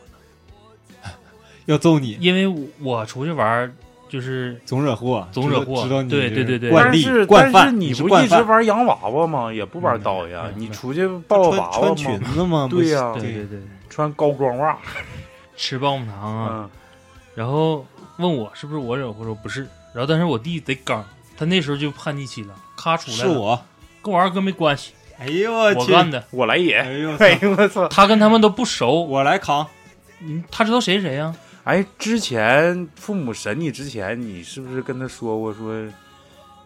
要揍你，因为我我出去玩儿就是总惹祸，总惹祸知道知道你对是对对对惯但例是惯但是犯，你是不惯一直犯玩洋娃娃吗？也不玩刀呀，嗯你出去抱穿娃娃穿吗？裙子吗？不对呀对对对，对，穿高光袜，吃棒棒糖啊，嗯，然后问我是不是我惹祸，说不是。然后但是我弟贼刚，他那时候就叛逆期了，咔出来是了，我。跟我二哥没关系，哎呦我我去！干的。我来也， 哎呦我操哎呦我操！他跟他们都不熟，我来扛，嗯他知道谁是谁呀、哎，之前父母审你之前，你是不是跟他说过说，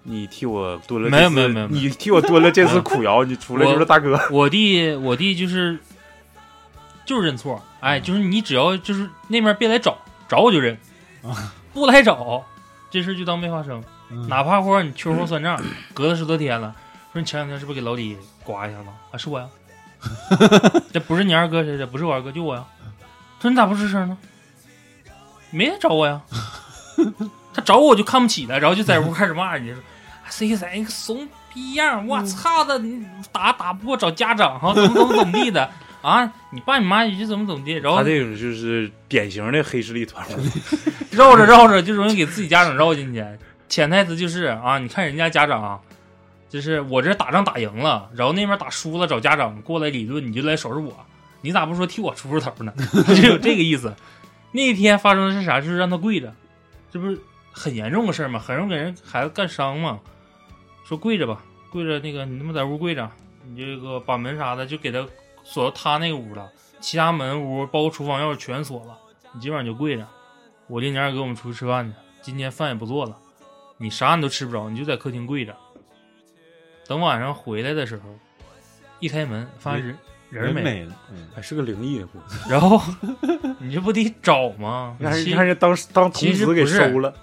你替我蹲了这次没有没有没有没有你替我蹲了这次苦窑，你出来就是大哥。我弟，我弟就是就是认错，哎，就是你只要就是那面别来找，找我就认，啊不来找这事儿就当没发生。嗯哪怕或者你秋后算账， 隔了十多天了，说你前两天是不是给老李刮一下子？啊，是我 呀，这不是你二哥谁的？不是我二哥，就我呀。说你咋不吱声呢？没来找我 呀，他找我我就看不起他，然后就在屋开始骂人家说。啊谁谁个怂逼样儿，我操的，你打打不过找家长哈，怎么怎么怎么地的 啊？你爸你妈也就怎么怎么地，然后他这种就是典型的黑势力团伙， 绕着绕着就容易给自己家长绕进去。潜台词就是啊，你看人家家长，就是我这打仗打赢了，然后那边打输了，找家长过来理论，你就来收拾我，你咋不说替我出出头呢？ 就有这个意思。那天发生的是啥？就是让他跪着，这不是很严重的事儿吗？很容易给人孩子干伤嘛。说跪着吧，跪着那个你他妈在屋跪着，你这个把门啥的就给他锁到他那个屋了，其他门屋包括厨房钥匙全锁了，你基本上就跪着。我领你二哥我们出去吃饭去，今天饭也不做了，你啥你都吃不着，你就在客厅跪着。等晚上回来的时候，一开门发现人人人没了，没了，嗯还是个灵异的故事。 然后你这不得找吗？让人其让人当当童其实子给不是收了，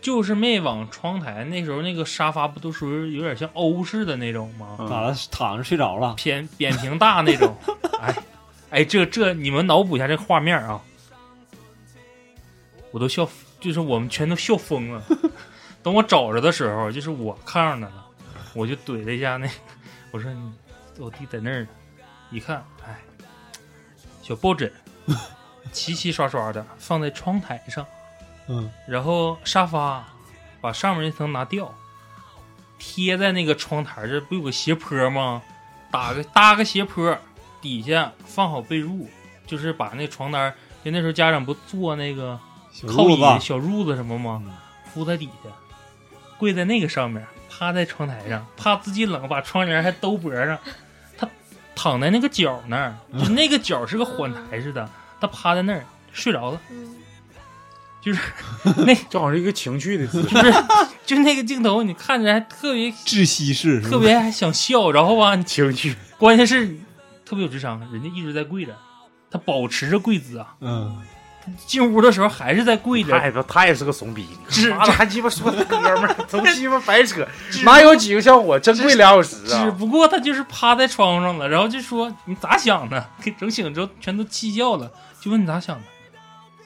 就是没往窗台那时候那个沙发不都属于有点像欧式的那种吗？嗯咋了？躺着睡着了？扁扁平大那种。哎哎，这这你们脑补一下这画面啊，我都笑，就是我们全都笑疯了。等我找着的时候，就是我看上他了，我就怼了一下那，我说你我弟在那儿呢，一看，哎，小抱枕，齐齐刷刷的放在窗台上，嗯，然后沙发把上面那层拿掉，贴在那个窗台这不有个斜坡吗？打个搭个斜坡，底下放好被褥，就是把那床单儿，就那时候家长不做那个小靠褥椅子，嗯小褥子什么吗？铺在底下，跪在那个上面，趴在窗台上，怕自己冷，把窗帘还兜脖上。他躺在那个角那儿，就那个角是个缓台似的，他趴在那儿睡着了，嗯，正好是一个情趣的 姿势。就那个镜头你看着还特别窒息式，是吧特别还想笑，然后吧，你情趣，关键是特别有智商，人家一直在跪着，他保持着跪姿啊，嗯，进屋的时候还是在跪着，他也哎他也是个怂逼，只妈的还鸡巴说他哥们 儿，都鸡巴白扯，哪有几个像我真跪俩小时只啊？不过他就是趴在窗上了，然后就说你咋想的？ 给整醒之后全都气笑了，就问你咋想的，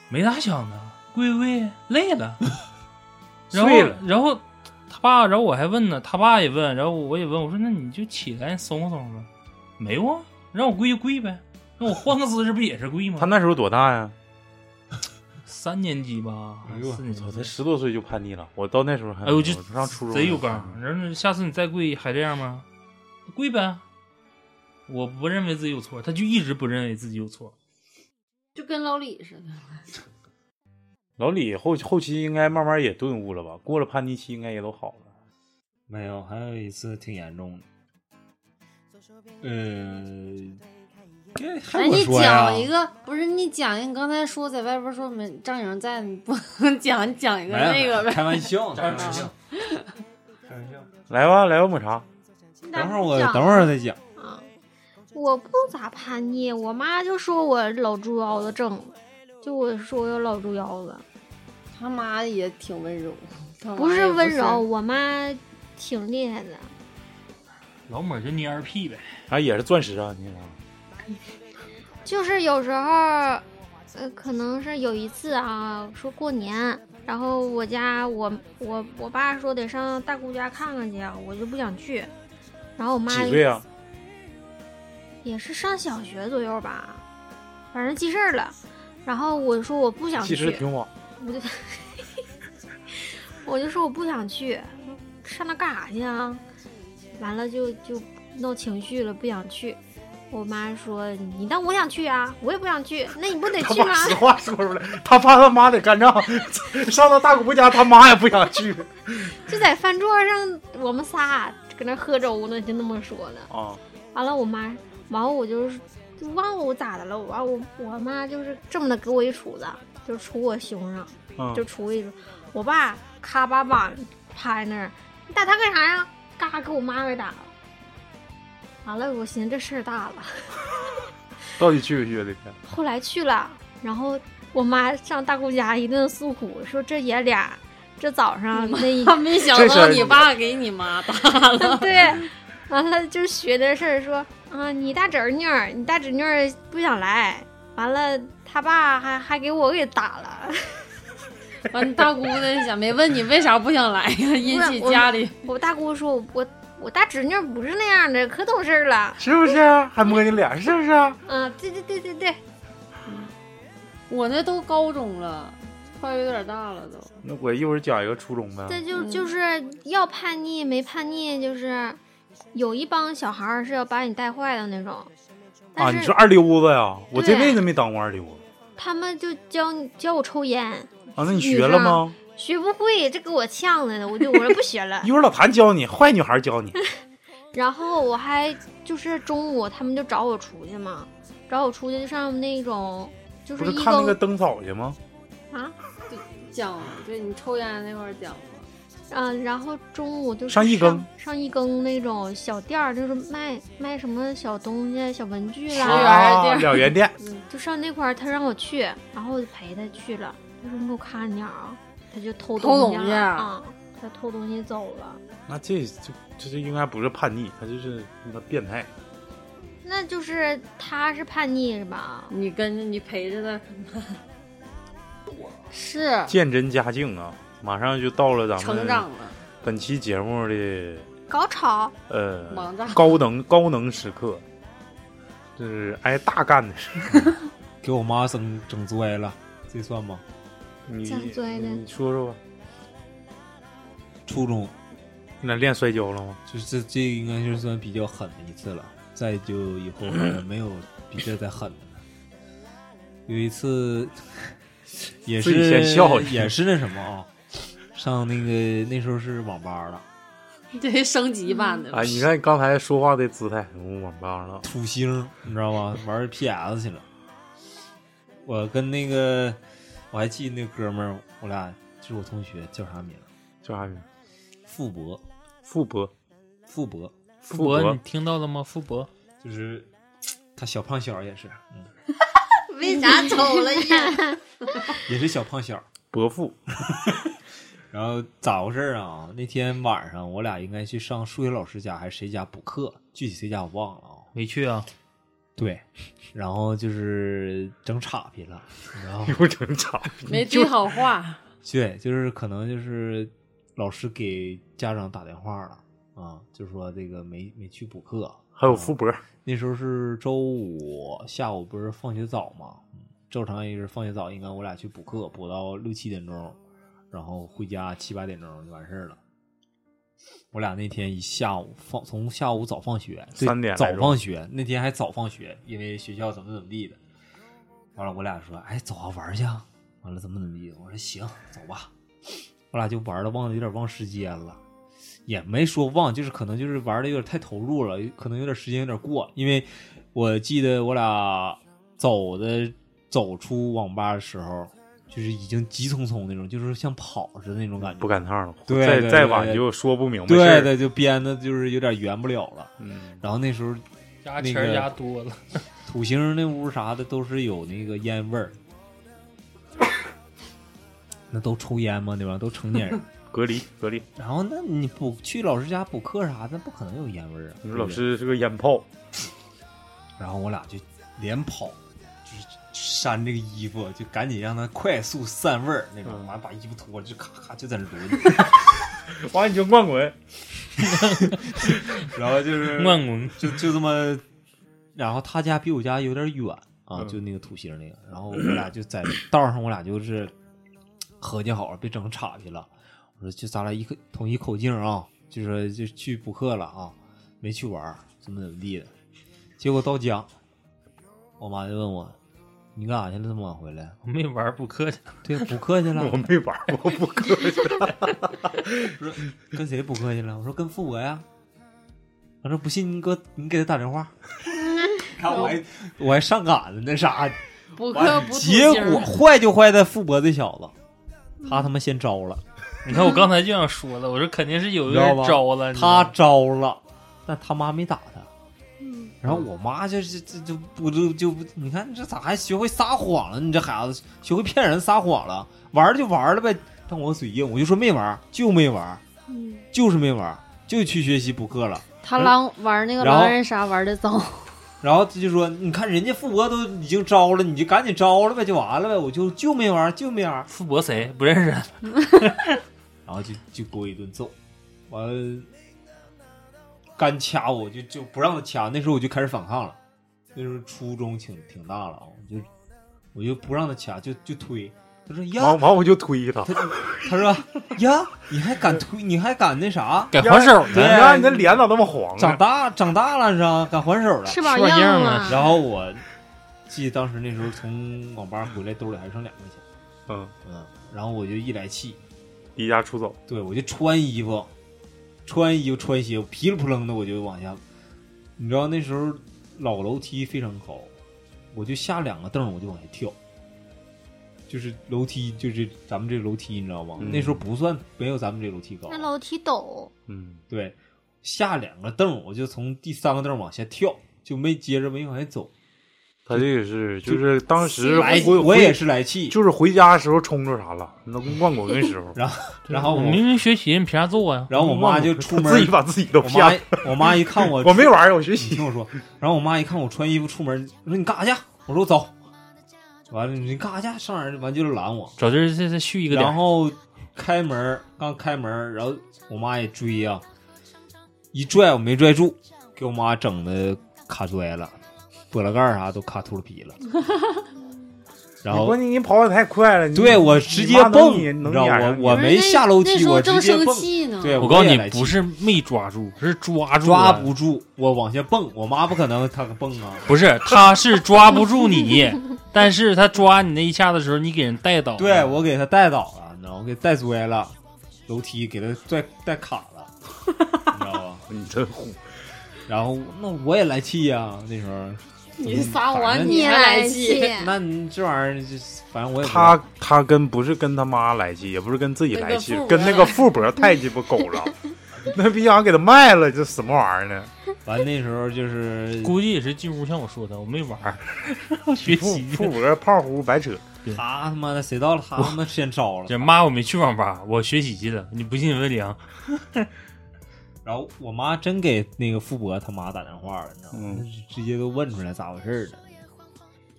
没咋想的，跪跪累了，然后睡了然后他爸，然后我还问呢，他爸也问，然后我也问，我说那你就起来松松吧，没有啊，让我跪就跪呗，那我换个姿势不也是跪吗？他那时候多大呀？三年级吧，哎呦四年级我才十多岁就叛逆了，我到那时候还哎我就上初中贼有刚。然后下次你再跪还这样吗？跪呗。我不认为自己有错，他就一直不认为自己有错。就跟老李似的。老李后后期应该慢慢也顿悟了吧？过了叛逆期应该也都好了。没有，还有一次挺严重的，呃，哎还哎，我你说呀讲一，个，不是你讲一个，你刚才说在外边说没张颖在，你不能讲，你讲一个没有那个呗。开玩笑，张颖开玩是笑性，来吧，来吧，抹茶，等等会儿我等会儿再讲。啊，我不咋叛逆，我妈就说我老猪腰子症，就我说我有老猪腰子，他妈也挺温柔，他妈不也是不温柔，，我妈挺厉害的，老抹就蔫儿屁呗，啊，也是钻石啊，你看啊就是有时候，呃，可能是有一次啊，说过年，然后我家我我我爸说得上大姑家看看去，啊我就不想去，然后我妈几岁啊？也是上小学左右吧，反正记事儿了，然后我说我不想其去，实挺好。我就我就说我不想去，上那干啥去啊？完了就就闹情绪了，不想去。我妈说：“你当我想去啊？我也不想去，那你不得他去吗把实话说出来，他怕他妈得干仗， 上到大姑家，他妈也不想去？”就在饭桌上，我们仨搁那喝粥呢，就那么说的。啊。完了，我妈，完后我就是就忘了我咋的了，完我我妈就是这么的给我一杵子，就杵我胸上。嗯就出去了。我爸咔把碗拍那儿，你打他干啥呀？嘎给我妈给打了。完了，我寻思这事儿大了。到底去不去啊？这天后来去了，然后我妈上大姑家一顿诉苦，说这爷俩这早上 那一他没想这事到儿你爸给你妈打了， 对，完了就学这事儿，说啊、你大侄女儿，你大侄女儿不想来，完了他爸还还给我给打了。 完你大姑那想没问你为啥不想来 呀，引起家里我大姑说我我我大侄女儿不是那样的，可懂事儿了。是不是还摸你脸？是不是？啊，对对对对对，我那都高中了，快有点大了都。那我一会儿讲一个初中这呗。啊就嗯就是要叛逆没叛逆，就是有一帮小孩儿是要把你带坏的那种，啊，但你是说二溜子呀？我对这辈子没当过二溜子他们就教你教我抽烟，啊。那你学了吗？学不会，这给我呛的呢，我就我说不学 了一。会儿老谭教你，坏女孩教你。然后我还就是中午他们就找我出去嘛，找我出去就上那种就不是是一看那更个灯草去吗？啊，讲，对你抽烟那块儿讲过，嗯，然后中午就是上一更上一更那种小店儿，就是卖卖什么小东西、啊小文具十元啦，儿啊店两元店。就上那块儿，他让我去，然后我就陪他去了。他说：“你给我看着点儿啊！”他就偷偷西东西啊啊、他偷东西走了。那这这这这应该不是叛逆，他就是他变态。那就是他是叛逆是吧？你跟着你陪着他，是见真家境啊！马上就到了咱成们长了，本期节目的高潮，呃王炸高能高能时刻，就是挨大干的时候。给我妈整整摔了，这算吗？你咋摔的你说说吧，初中你俩练摔跤了吗？就是这这应该就是算比较狠的一次了。再就以后好像没有比这再狠的了。有一次 也自己是先笑一下也是那什么啊，上那个那时候是网吧了，这升级版的了哎，你看刚才说话的姿态，嗯我网吧了，土星，你知道吗？玩 PS 去了。我跟那个我还记得那哥们儿，我俩就是我同学，叫啥名儿？叫啥名？傅博，傅博，傅博，傅博博，你听到了吗？傅博，就是他小胖小儿也是，嗯，为啥抽了烟？也是小胖小儿。伯父， 然后咋回事儿啊？那天晚上我俩应该去上数学老师家还是谁家补课，具体谁家我忘了啊。没去啊？对，然后就是整岔劈了，然后又整场， 没对好话，对，就是可能就是老师给家长打电话了啊，就说这个没没去补课。还有傅博，那时候是周五下午，不是放学早嘛，嗯正常也是放学早，应该我俩去补课，补到六七点钟，然后回家七八点钟就完事儿了。我俩那天一下午放，从下午早放学，对3点来早钟放学，那天还早放学，因为学校怎么怎么地的。完了，我俩说，哎，走啊，玩儿去啊。完了，怎么怎么地的？我说行，走吧。我俩就玩的忘了，有点忘时间了，也没说忘，就是可能就是玩的有点太投入了，可能有点时间有点过。因为我记得我俩走的走出网吧的时候，就是已经急匆匆那种，就是像跑似的那种感觉。不赶趟了，对再对再对晚对就说不明白事对儿。对，就编的就是有点圆不了了。嗯，然后那时候压那钱儿个压多了，土星那屋啥的都是有那个烟味儿，那都抽烟嘛，对吧？都成 年人。隔离隔离。然后那你补去老师家补课啥的，不可能有烟味儿啊。你说老对不对师是个烟炮，然后我俩就连跑，就是扇这个衣服，就赶紧让它快速散味儿那种。完、把衣服脱了，就咔咔就在那轮，完你就乱滚。然后就是乱滚。就就这么，然后他家比我家有点远啊，嗯就那个土星那个，然后我俩就在道上，我俩就是合计好了，别整岔劈了。我说就咱俩一个统一口径啊，就说就去补课了啊，没去玩儿，怎么怎么地的。结果到家，我妈就问我：“你干啥去了？这么晚回来我没玩儿补课去，？”对，补课去了。 我没玩过，我不客气。 我说跟谁补课去了？我说跟富国呀。他说不信你给我你给他打电话。看我还我还上赶了那啥，补课补土结星儿果坏就坏在富国这小子，他他妈先招了，你看我刚才就想说了，我说肯定是有你知道人吧招了你知道他吗招了，但他妈没打他。然后我妈就是这就不就就你看你这咋还学会撒谎了？你这孩子学会骗人撒谎了，玩儿就玩儿了呗。但我嘴硬，我就说没玩儿，就没玩儿，就是没玩儿，就去学习补课了。嗯他狼玩那个然后狼人杀玩的糟，然后他就说：“你看人家富国都已经招了，你就赶紧招了呗，就完了呗，我就就没玩儿，就没玩儿。富博谁不认识？”啊然后就就给我一顿揍，完了干掐我，就就不让他掐。那时候我就开始反抗了，那时候初中挺挺大了啊，我就我就不让他掐，就就推。他说：“呀完，完我就推他，他他说呀，你还敢推，你还敢那啥？改还手你呢？看你的脸咋那么黄长啊？大长大了是吧？敢还手了？”翅膀翅膀硬硬了了，然后我记得当时那时候从网吧回来，兜里还剩两块钱。嗯，嗯，然后我就一来气，离家出走，对我就穿衣服，穿衣服穿鞋，我噼里扑棱的我就往下。你知道那时候老楼梯非常高，我就下两个凳我就往下跳，就是楼梯就是咱们这楼梯你知道吗？嗯那时候不算没有咱们这楼梯高那，楼梯陡，嗯，对，下两个凳我就从第三个凳往下跳，就没接着没往下走。他这个是就是当时来，我我也，是来气，就是回家的时候冲着啥了，那乱滚的时候，然后我我明明学习，你凭啥揍我呀？然后我妈就 出门自己把自己都我妈骗。，我妈一看我我没玩儿，我学你习。听我说。然后我妈一看我穿衣服出门，我说你干啥去？我说我走。完了，你干啥去？上哪儿？完就是拦我。找地儿再再续一个点然儿，后开门，刚开门，然后我妈也追呀、一拽我没拽住，给我妈整的卡摔了，玻璃盖儿啥都卡秃噜皮 了。然你后关键你跑的太快了，你对我直接蹦，你妈你知能道撵我上你我不是没那下楼梯，那时我候直正接生蹦。气呢，对，啊我告诉也你来，气不是没抓住，是抓住抓了不住，我往下蹦，我妈不可能她蹦啊。不是，他是抓不住你，但是他抓你那一下的时候，你给人带倒了。对啊我给她带倒了，你知道吗？我给带摔了，楼梯给她拽带卡了，你知道吧？你真虎，然后那我也来气呀、那时候你撒反谎正你还来气，气那你这玩意儿就反正我也不他他跟不是跟他妈来气，也不是跟自己来气那个，富跟那个富伯太鸡巴狗了， 那逼想给他卖了，这什么玩 意儿呢？完那时候就是估计也是进屋像我说的，我没玩 儿，我学富习。富伯胖乎白哦扯，他他妈的谁到了他他妈先招了， 这妈，我没去网吧，我学习去了。你不信问梁，然后我妈真给那个富伯他妈打电话了，你知道吗？直接都问出来咋回事儿了。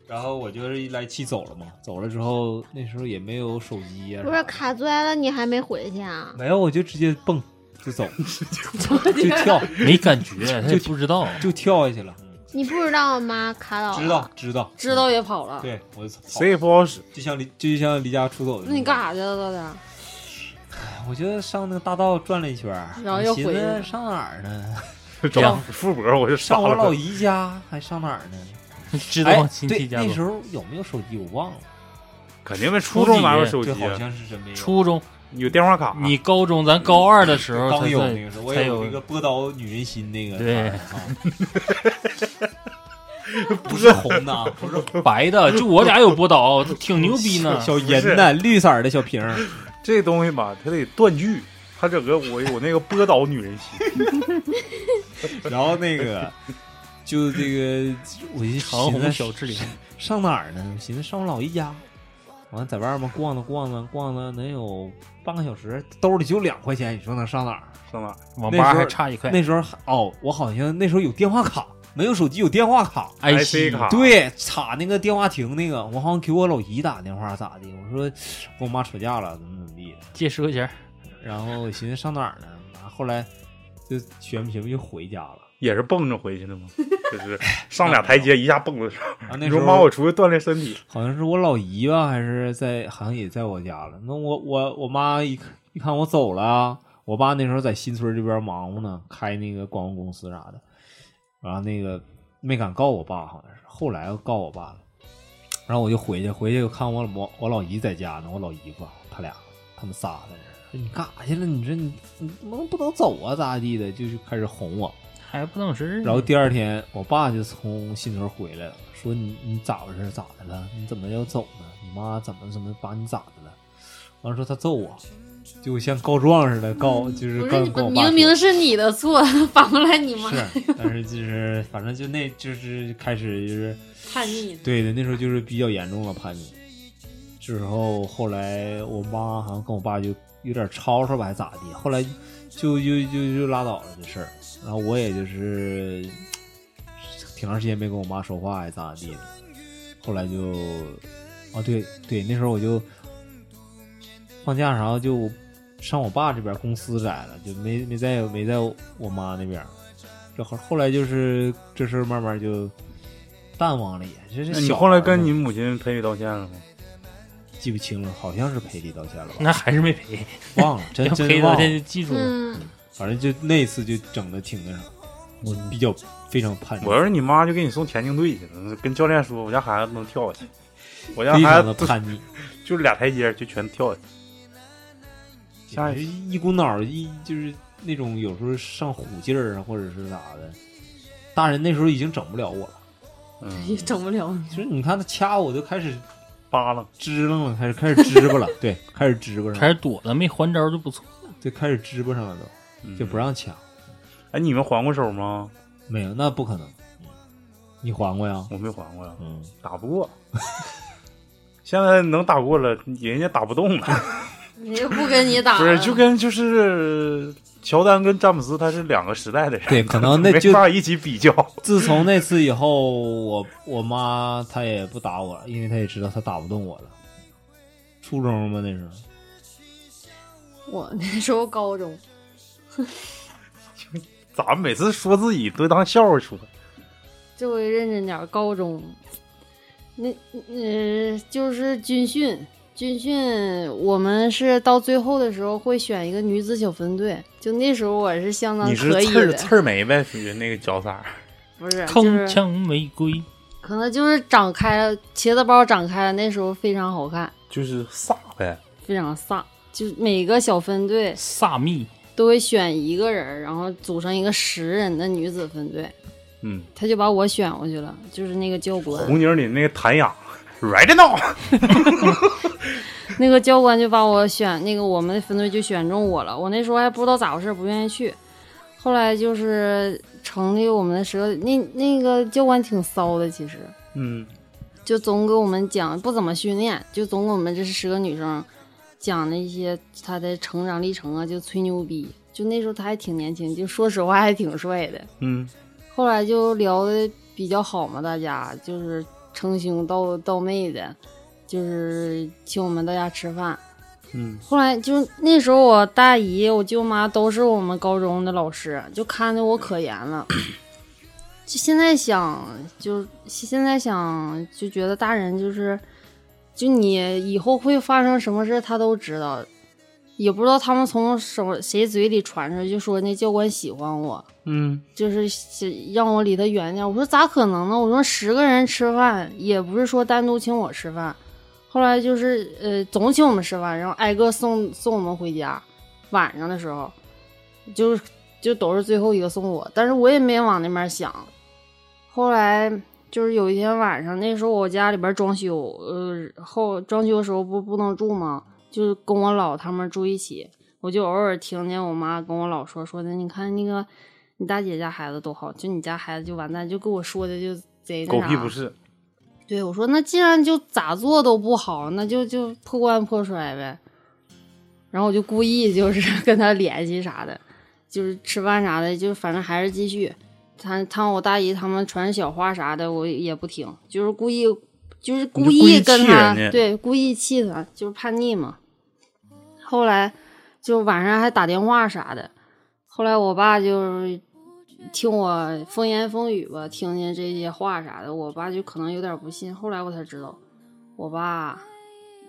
然后我就是一来气走了嘛，走了之后那时候也没有手机呀、 不啥是的卡拽了，你还没回去啊？没有，我就直接蹦就走，就跳没感觉，他也不知道。就跳下去了。你不知道吗？卡啊倒了知道知道，知道也跑了。对我就跑谁也不好使。就像离就像离家出走。那你干？啥去了到底儿？我就上那个大道转了一圈儿，然后我又寻回去思了上哪儿呢？ 找富伯我就杀上我了老他，姨家，还上哪儿呢？知哎道亲戚对，家那时走。候有没有手机我忘了，肯定没初中哪有手机对，啊好？像是真没有。初中，有电话卡，你高中，咱高二的时候啊刚才有在那个时候，我才也有有那个拨刀女人心那个。对啊不是红的啊，不是白的，就我俩有波 导，挺牛逼呢。小银的绿色儿的小 瓶儿，这东西吧，它得断句，它整个我我那个波导女人心，然后那个就这个，我就长寻虹思小智林，上哪儿呢？寻思上我老姨家，完了在外面逛荡逛荡逛荡，能有半个小时，兜里就两块钱，你说能上哪儿？上哪儿？网 那时吧候还差一块那时候还哦，我好像那时候有电话卡，没有手机，有电话卡。 IC 卡哎对，插那个电话亭那个，我好像给我老姨打电话咋的？我说跟我妈吵架了，怎么怎么地的。借十块钱儿，然后我寻思上哪儿呢？完后来就学不学不就回家了。也是蹦着回去的吗？就是上俩台 哎阶一下蹦到上。啊，你那时说候妈，我出去锻炼身体，好像是我老姨吧，还是在，好像也在我家了。那我我我妈一看一看我走了，啊我爸那时候在新村这边忙活呢，开那个广告公司啥的，然后那个没敢告我爸，好像是后来告我爸了。然后我就回去，回去我看我我我老姨在家呢，我老姨夫他俩他们仨在这儿，说你干啥去了？你这你你怎么不能走啊？咋地的？就是开始哄我。还不等嗯事然后第二天，我爸就从新村回来了，说你你咋回事？咋的了？你怎么要走呢？你妈怎么怎么把你咋的了？完了说他揍我，就像告状似的告，就是不是告嗯你告我爸明明是你的错， 反过来你妈说是，但是就是反正就那就是开始就是叛逆呢。对的，那时候就是比较严重了叛逆。之后后来我妈好像跟我爸就有点吵吵吧，还咋地？后来就就就就拉倒了这事儿。然后我也就是挺长时间没跟我妈说话，还咋地的。后来就啊，对对，那时候我就放假，然后就上我爸这边公司来了，就没没在没在我妈那边。这后后来就是这事儿慢慢就淡忘了也，这是那你小后来孩儿跟嘛你母亲赔礼道歉了吗？记不清了，好像是赔礼道歉了吧？那还是没赔，忘了，真要真赔嗯忘到了现在就记住了。嗯，反正就那一次就整的挺那啥，我比较非常叛逆。我要是你妈，就给你送田径队去了，跟教练说我家孩子能跳下去，我家非孩常的子叛逆，就就俩台阶就全跳下去。下就是一股脑儿一就是那种有时候上虎劲儿啊，或者是咋的。大人那时候已经整不了我了，也嗯，整不了，就是你看他掐我就开始扒拉，支棱了，开始开始支巴了，对，开始支巴上开了，始躲了，没还招就不错。对，开始支巴上了都，嗯就不。让掐。哎，你们还过手吗？没有，那不可能。你还过呀？我没还过呀，嗯，打不过。 现在能打过了，人家打不动了。你就不跟你打了，不是，就跟就是乔丹跟詹姆斯，他是两个时代的人，对，可能那 没就法一起比较。自从那次以后，我我妈她也不打我了，因为她也知道她打不动我了。初中嘛那时候，我那时候高中，咱们每次说自己都当笑话说，这回认真点儿，高中，那呃就是军训，军训我们是到最后的时候会选一个女子小分队，就那时候我是相当你是可以刺儿的，刺儿眉呗，属于那个脚色儿。不是就铿是锵玫瑰，可能就是长开了茄子包长开了，那时候非常好看，就是飒呗。非常飒。就每个小分队萨密，都会选一个人儿，然后组成一个十人的女子分队，嗯，他就把我选过去了，就是那个教官。红警里那个谭雅，right now，那个教官就把我选那个我们的分队就选中我了，我那时候还不知道咋回事，不愿意去。后来就是成立我们的十个，那那个教官挺骚的，其实嗯，就总给我们讲不怎么训练，就总给我们这十个女生讲那些她的成长历程啊，就吹牛逼。就那时候他还挺年轻，就说实话还挺帅的。嗯，后来就聊的比较好嘛，大家就是称兄道道妹的，就是请我们到家吃饭。嗯，后来就那时候我大姨、我舅妈都是我们高中的老师，就看的我可严了。就现在想，就现在想，就觉得大人就是，就你以后会发生什么事，他都知道，也不知道他们从什么谁嘴里传出，就说那教官喜欢我，嗯，就是是让我离他远点儿。我说咋可能呢？我说十个人吃饭也不是说单独请我吃饭，后来就是呃总请我们吃饭，然后挨个送送我们回家。晚上的时候，就是就都是最后一个送我，但是我也没往那边想。后来就是有一天晚上，那时候我家里边装修，呃，后装修的时候不不能住吗？就是跟我姥他们住一起，我就偶尔听见我妈跟我姥说说的，你看那个你大姐家孩子多好，就你家孩子就完蛋，就跟我说的就贼那狗啥。屁不是，对，我说那既然就咋做都不好，那就就破罐破摔呗。然后我就故意就是 跟他联系啥的，就是吃饭啥的，就反正还是继续。他他我大姨他们传小话啥的，我也不听，就是故意就是你故就故意跟气他人家对故意气他，就是叛逆嘛。后来就晚上还打电话啥的，后来我爸就是听我风言风语吧，听见这些话啥的，我爸就可能有点不信。后来我才知道，我爸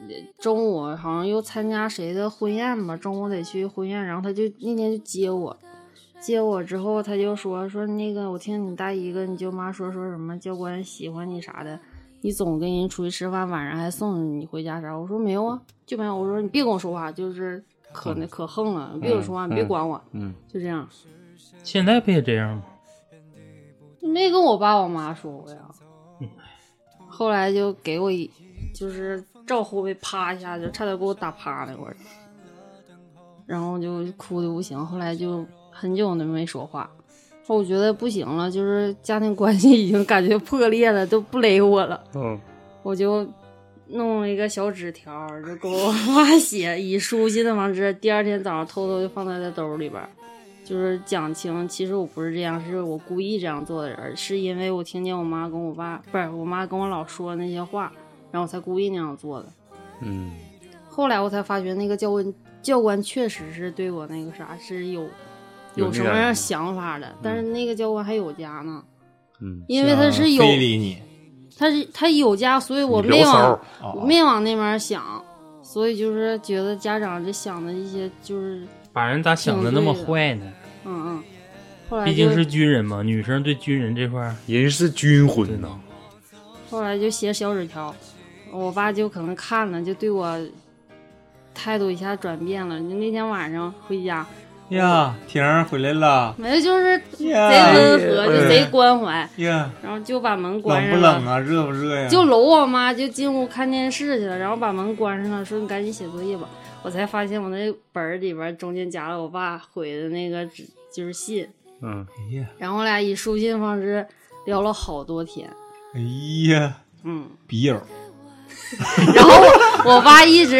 呃中午好像又参加谁的婚宴吧，中午得去婚宴，然后他就那天就接我，接我之后他就说说那个我听你大姨跟你舅妈说说什么教官喜欢你啥的，你总跟人出去吃饭，晚上还送你回家啥？我说没有啊，就没有。我说你别跟我说话，就是可那可横了，别跟我说话，你别管我，嗯，就这样。现在不也这样吗？没跟我爸我妈说过呀。后来就给我一，就是照后背啪一下，就差点给我打趴那会儿，然后就哭的不行。后来就很久都没说话。后我觉得不行了，就是家庭关系已经感觉破裂了，都不勒我了。嗯，我就弄了一个小纸条儿，就给我 爸写，以书信的方式。第二天早上偷偷就放在他兜里边儿，就是讲清，其实我不是这样，是我故意这样做的人，是因为我听见我妈跟我爸，不是我妈跟我姥说那些话，然后我才故意那样做的。嗯，后来我才发觉，那个教官教官确实是对我那个啥是有有有什那么样样的想法的，但是那个教官还有家呢，嗯，因为他是有非礼你，他是他有家，所以我嗯你聊没往骚，哦我没往那边儿想，所以就是觉得家长这想的一些就是，把人咋想的那么坏呢？嗯嗯，后来毕竟就是军人嘛，女生对军人这块儿，人是军对魂呢呐，后来就写小纸条，我爸就可能看了，就对我态度一下转变了。就那天晚上回家，呀，婷儿回来了没就是哎贼呀温和，就贼关怀，呀，然后就把门关冷不上冷了。啊？热不嗯热呀？嗯就搂我妈就进屋看电视去了，然后把门关上了，说你赶紧写作业吧。我才发现我那本儿里边儿中间夹了我爸回的那个纸，就是信。嗯，哎呀，然后我俩以书信方式聊了好多天，哎呀，嗯，笔友，然后我我爸一直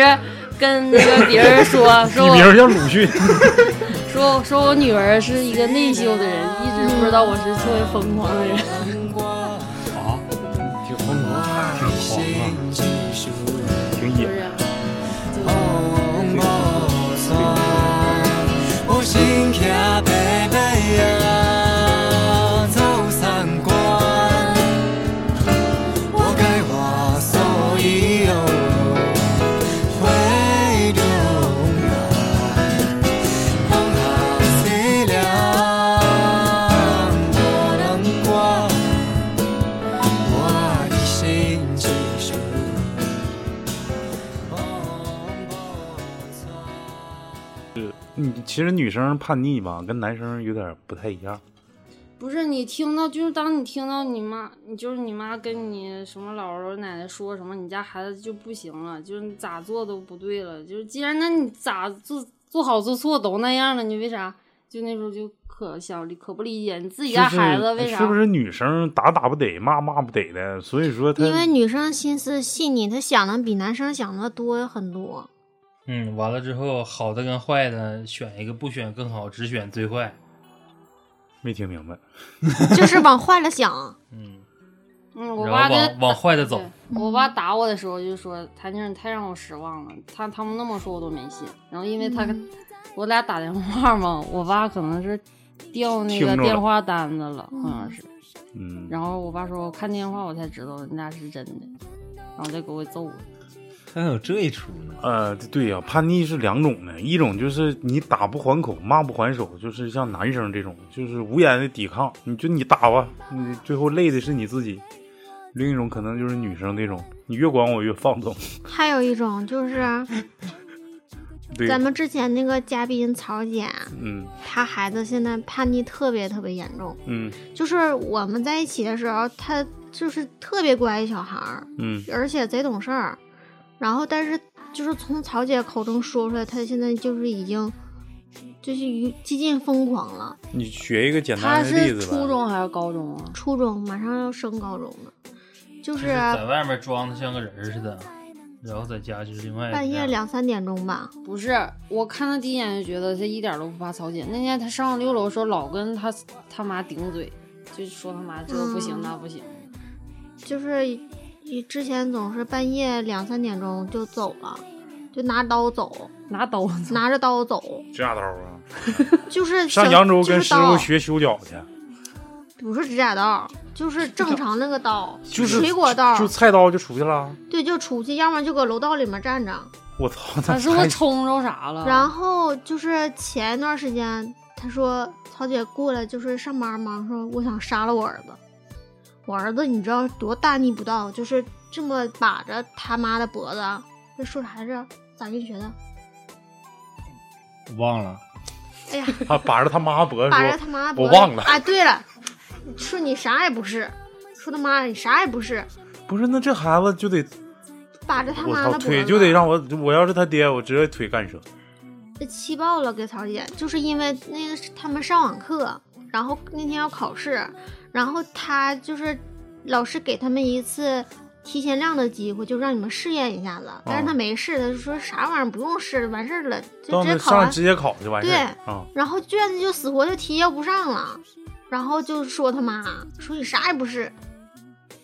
跟那个别 人说说你名我儿叫鲁迅， 说说我女儿是一个内秀的人，一直不知道我是特别疯狂的人。 啊，挺疯狂，挺狂啊！挺就野，是有心骑白马呀，走三关。我该话所以哦，回头来，放下西凉，无人管。我一心只想。嗯，其实女生叛逆吧，跟男生有点不太一样，不是你听到，就是当你听到你妈，你就是你妈跟你什么姥姥奶奶说什么，你家孩子就不行了，就是你咋做都不对了，就是既然那你咋做做好做错都那样了，你为啥就那时候就可想可不理解你自己家就是孩子为啥？是不是女生打打不得，骂骂不得的？所以说她因为女生心思细腻，她想的比男生想的多很多。嗯，完了之后好的跟坏的选一个，不选更好，只选最坏。没听明白，就是往坏了想。嗯，嗯，我然爸后在往往坏的走对，我爸打我的时候就说：“谭静，你太让我失望了。他”他们那么说我都没信。然后因为他，嗯我俩打电话嘛，我爸可能是掉那听个着了电话单子了，好像是。嗯，然后我爸说：“我看电话我才知道你俩是真的。”然后再给我揍我。还有这一出呢？呃，对呀、叛逆是两种的，一种就是你打不还口，骂不还手，就是像男生这种，就是无言的抵抗，你就你打吧，你最后累的是你自己；另一种可能就是女生那种，你越管我越放 纵。还有一种就是对，咱们之前那个嘉宾曹姐，嗯她孩子现在叛逆特别特别严重。嗯就是我们在一起的时候，她就是特别乖一小孩儿，嗯而且贼懂事儿。然后，但是就是从曹姐口中说出来，他现在就是已经就是于接近疯狂了。你学一个简他单的例是子吧。初中还是高中啊？初中马上要升高中了，就就是在外面装的像个人似的，然后在家就是另外一个半夜样两三点钟吧。不是，我看他第一眼就觉得他一点都不怕曹姐。那天他上六楼的时候，老跟他他妈顶嘴，就说他妈这不行嗯那不行。就是以之前总是半夜两三点钟就走了，就拿刀走，拿刀子，拿着刀走，指甲刀啊，就是上小扬州就是跟师傅刀学修脚去，不是指甲刀，就是正常那个刀，就是水果刀，就菜刀就出去了。对，就出去，要么就搁楼道里面站着。我操，那啊他是我太冲着啥了？然后就是前一段时间，他说曹姐过来就是上班嘛，说我想杀了我儿子，我儿子你知道多大逆不道，就是这么把着他妈的脖子，这说啥来着？咋跟你学的？我忘了，哎呀，他 把着他妈脖子把着说，他妈我脖子。忘了。哎，对了，说你啥也不是，说他妈你啥也不是，不是，那这孩子就得把着他我妈的脖操，子腿就得让我，我要是他爹，我直接腿干折。这气爆了，给曹姐，就是因为那个他们上网课，然后那天要考试，然后他就是老师给他们一次提前量的机会，就让你们试验一下子，但是他没试，他就说啥玩意儿不用试，完事儿了，就哦到直接那考完上直接考就完事儿啊。然后卷子就死活就提要不上了，然后就说他妈，说你啥也不是，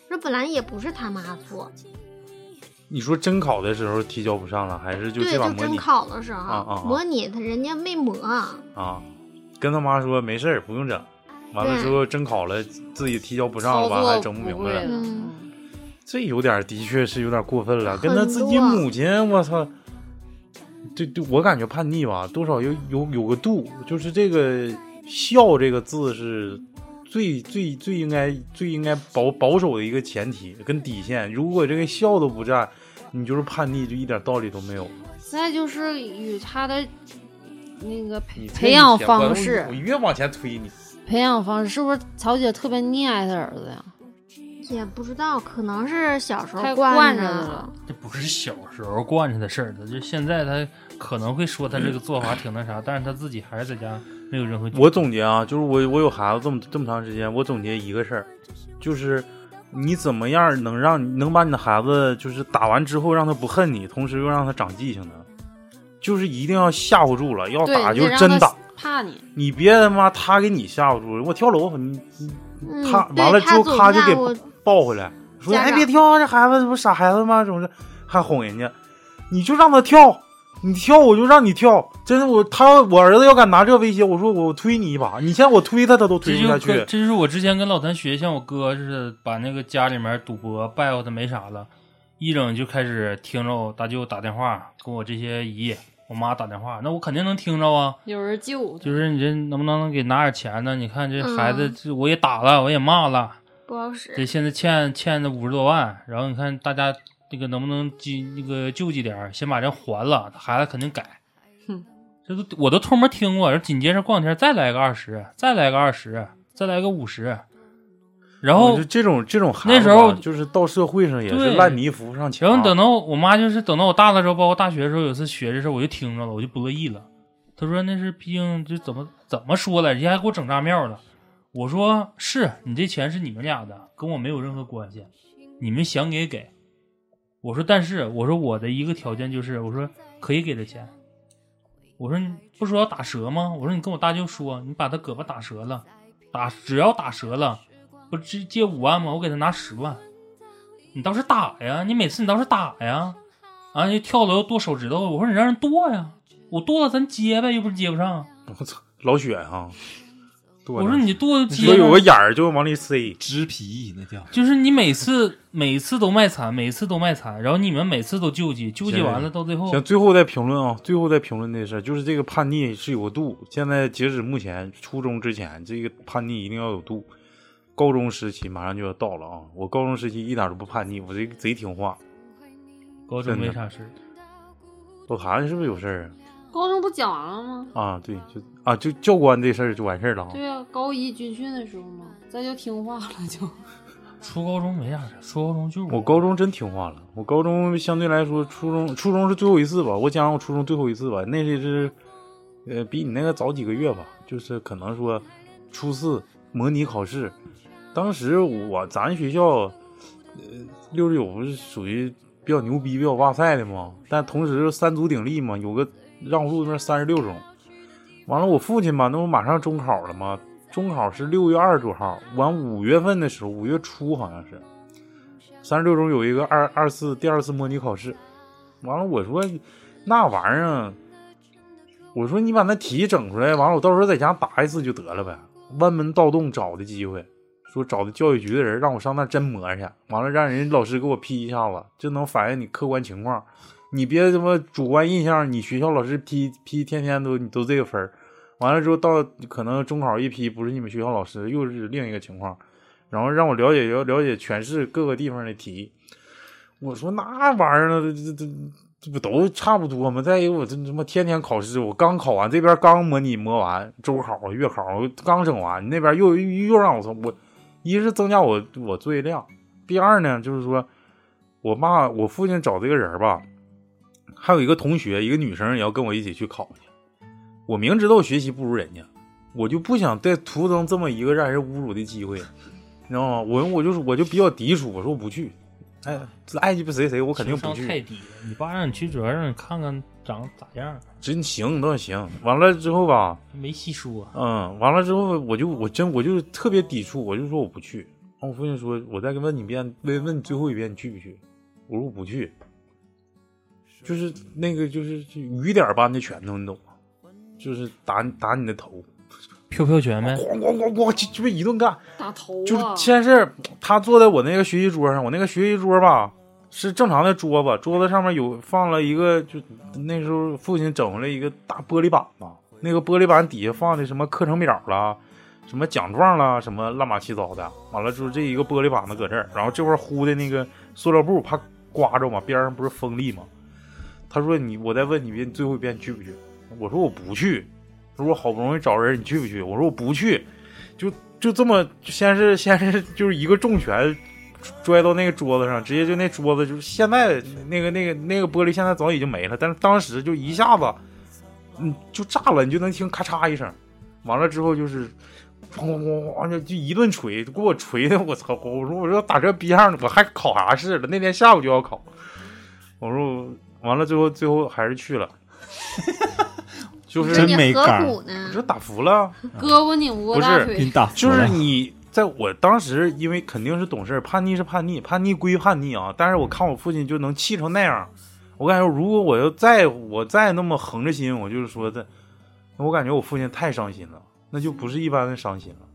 这本来也不是他妈错，你说真考的时候提交不上了，还是就对，这把就模真拟考的时候，啊啊啊模拟他人家没模，啊？跟他妈说没事儿，不用整。完了之后真考了，自己提交不上了吧，操作还整不明不会白了了。嗯这有点儿的确是有点儿过分了，很跟他自己多母亲，我操，对对，我感觉叛逆吧，多少有有有个度，就是这个“孝”这个字是最最最应该最应该保保守的一个前提跟底线，如果这个孝都不占，你就是叛逆，就一点道理都没有。再就是与他的那个培你这培一养铁方观式我，越往前推你，培养方式是不是曹姐特别溺爱她儿子呀？也不知道，可能是小时太候惯着着他了。这不是小时候惯着的事儿，他就现在他可能会说他这个做法挺那啥，但是他自己还是在家没有任何。我总结啊，就是我我有孩子这么这么长时间，我总结一个事儿，就是你怎么样能让能把你的孩子就是打完之后让他不恨你，同时又让他长记性呢？就是一定要吓唬住了，要对，打你就是得让真她打，怕你。你别他妈他给你吓唬住了，我跳楼，你你嗯，他对完了之他后总咔就让给我抱回来，说家哎长别跳啊，这孩子这不傻孩子吗？怎么着？还哄人家，你就让他跳，你跳我就让你跳。真的我他要我儿子要敢拿这威胁，我说我推你一把，你像我推他他都这推不就下是去跟。这就是我之前跟老谭学，像我哥似的，把那个家里面赌博败坏的没啥了，一整就开始听着我大舅打电话，跟我这些姨、我妈打电话，那我肯定能听着啊。有人救他，就是你这能不能给拿点钱呢？你看这孩子，这我也打了，我也骂了，不好这使，现在欠欠的五十多万，然后你看大家那个能不能积那个救济点儿，先把这还了，孩子肯定改。哼，这都我都偷摸听过，然后紧接着过两天再来个二十，再来个二十，再来个五十，然我后就这种这种孩子吧，那时候就是到社会上也是对烂泥扶不上墙。然后等到我妈就是等到我大了之后，包括大学的时候，有一次学这事儿我就听着了，我就不乐意了。她说那是毕竟就怎么怎么说了，人家还给我整炸庙了。我说是你这钱是你们俩的，跟我没有任何关系，你们想给给。我说但是我说我的一个条件就是我说可以给的钱，我说你不说要打折吗？我说你跟我大舅说，你把他胳膊打折了，打只要打折了，不是借五万吗？我给他拿十万。你倒是打呀！你每次你倒是打呀！啊，就跳楼剁手指头，我说你让人剁呀，我剁了咱接呗，又不是接不上。我操，老啊雪哈、我说你剁就说接有呗，个眼儿就往里塞，植皮那叫就是你每次每次都卖惨，每次都卖惨，然后你们每次都救济，救济完了到最后行，最后再评论啊，最后再评论这事儿，就是这个叛逆是有个度。现在截止目前，初中之前，这个叛逆一定要有度。高中时期马上就要到了啊！我高中时期一点都不叛逆，我贼贼听话。高中没啥事儿。老谭是不是有事儿高中不讲完了吗？啊？啊，对，就啊，就教官这事儿就完事儿了啊。 对呀、高一军训的时候嘛，再就听话了就。初高中没啥事儿，初高中就是我高中真听话了，我高中相对来说，初中初中是最后一次吧，我讲我初中最后一次吧，那是，呃，比你那个早几个月吧，就是可能说初四模拟考试，当时我咱学校，呃，六十九不是属于比较牛逼、比较哇塞的嘛，但同时三足鼎立嘛，有个让路那三十六中，完了我父亲嘛，那不马上中考了嘛，中考是六月二十多号，完五月份的时候，五月初好像是。三十六中有一个二二次第二次模拟考试，完了我说那玩意儿，我说你把那题整出来，完了我到时候在家答一次就得了呗。弯门盗洞找的机会，说找的教育局的人让我上那儿真磨去，完了让人老师给我批一下子，就能反映你客观情况，你别他妈主观印象，你学校老师批批天天都你都这个分儿，完了之后到可能中考一批不是你们学校老师，又是另一个情况。然后让我了解了了解全市各个地方的题。我说那玩意儿呢，这这这不都差不多吗？再一个，我这他妈天天考试，我刚考完，这边刚模拟模完，周考啊、月考啊刚整完，你那边又又又让我操我，一是增加我我作业量，第二呢就是说，我爸我父亲找这个人吧，还有一个同学，一个女生也要跟我一起去考去。我明知道我学习不如人家，我就不想再徒增这么一个让人侮辱的机会。你知道吗？我我就是我就比较抵触，我说我不去，哎，这爱鸡巴谁谁，我肯定不情商太去。低了。你爸让你去，主要让你看看长得咋样，真行倒行，完了之后吧，没细说。嗯，完了之后我就我真我就是特别抵触，我就说我不去。然后我父亲说，我再问你一遍，问问你最后一遍，你去不去？我说我不去，就是那个就是雨点般的拳头，你懂吗？就是打打你的头，飘飘拳呗，咣咣咣咣，就就这一顿干。打头就是啊！先是他坐在我那个学习桌上，我那个学习桌吧是正常的桌子，桌子上面有放了一个，就那时候父亲整回来一个大玻璃板子，那个玻璃板底下放的什么课程表啦、什么奖状啦、什么乱七八糟的。完了之后，这一个玻璃板子搁这儿，然后这块儿糊的那个塑料布，怕刮着嘛，边上不是锋利嘛。他说你，我再问你一遍，最后一遍你去不去？我说我不去。他说我好不容易找人，你去不去？我说我不去。就就这么，就先是先是就是一个重拳摔到那个桌子上，直接就那桌子就是现在那个那个那个玻璃现在早已经没了，但是当时就一下子，嗯，就炸了，你就能听咔嚓一声，完了之后就是。咣咣咣咣就就一顿锤，给我锤的我操！我说我说打这逼样的，我还考啥试了？那天下午就要考，我说完了，最后最后还是去了， 就是那你真没何杆儿苦我呢？这打服了。嗯胳膊拧窝不大是给腿你，打服就啊了是你在我当时，因为肯定是懂事儿，叛逆是叛逆，叛逆归叛逆啊。但是我看我父亲就能气成那样，我感觉如果我要再我再那么横着心，我就是说的，那我感觉我父亲太伤心了，那就不是一般的伤心了。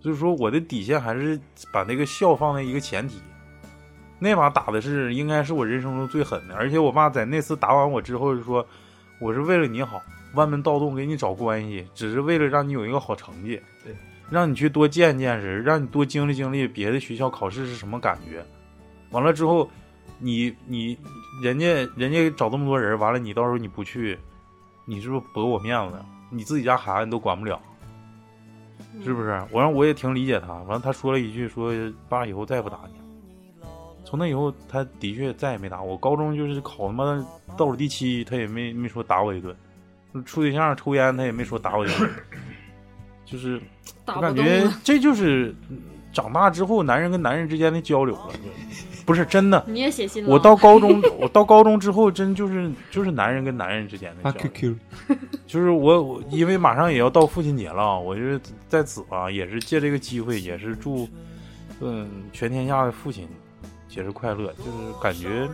就是说我的底线还是把那个孝放在一个前提。那把打的是应该是我人生中最狠的，而且我爸在那次打完我之后就说，我是为了你好，弯门盗洞给你找关系，只是为了让你有一个好成绩。让你去多见见识，让你多经历经历别的学校考试是什么感觉。完了之后，你你人家人家找这么多人，完了你到时候你不去，你是不是驳我面子？你自己家孩子你都管不了，是不是？我让我也挺理解他。完了他说了一句说爸以后再不打你了。从那以后，他的确再也没打我。高中就是考他妈倒数第七，他也没没说打我一顿；处对象抽烟，他也没说打我一顿。就是打我不感动觉了。这就是嗯长大之后男人跟男人之间的交流了，不是真的。你也写信了？我到高中，我到高中之后，真就是就是男人跟男人之间的发交流。 QQ，就是我我因为马上也要到父亲节了，我就是在此吧，也是借这个机会，也是祝嗯全天下的父亲节日快乐。就是感觉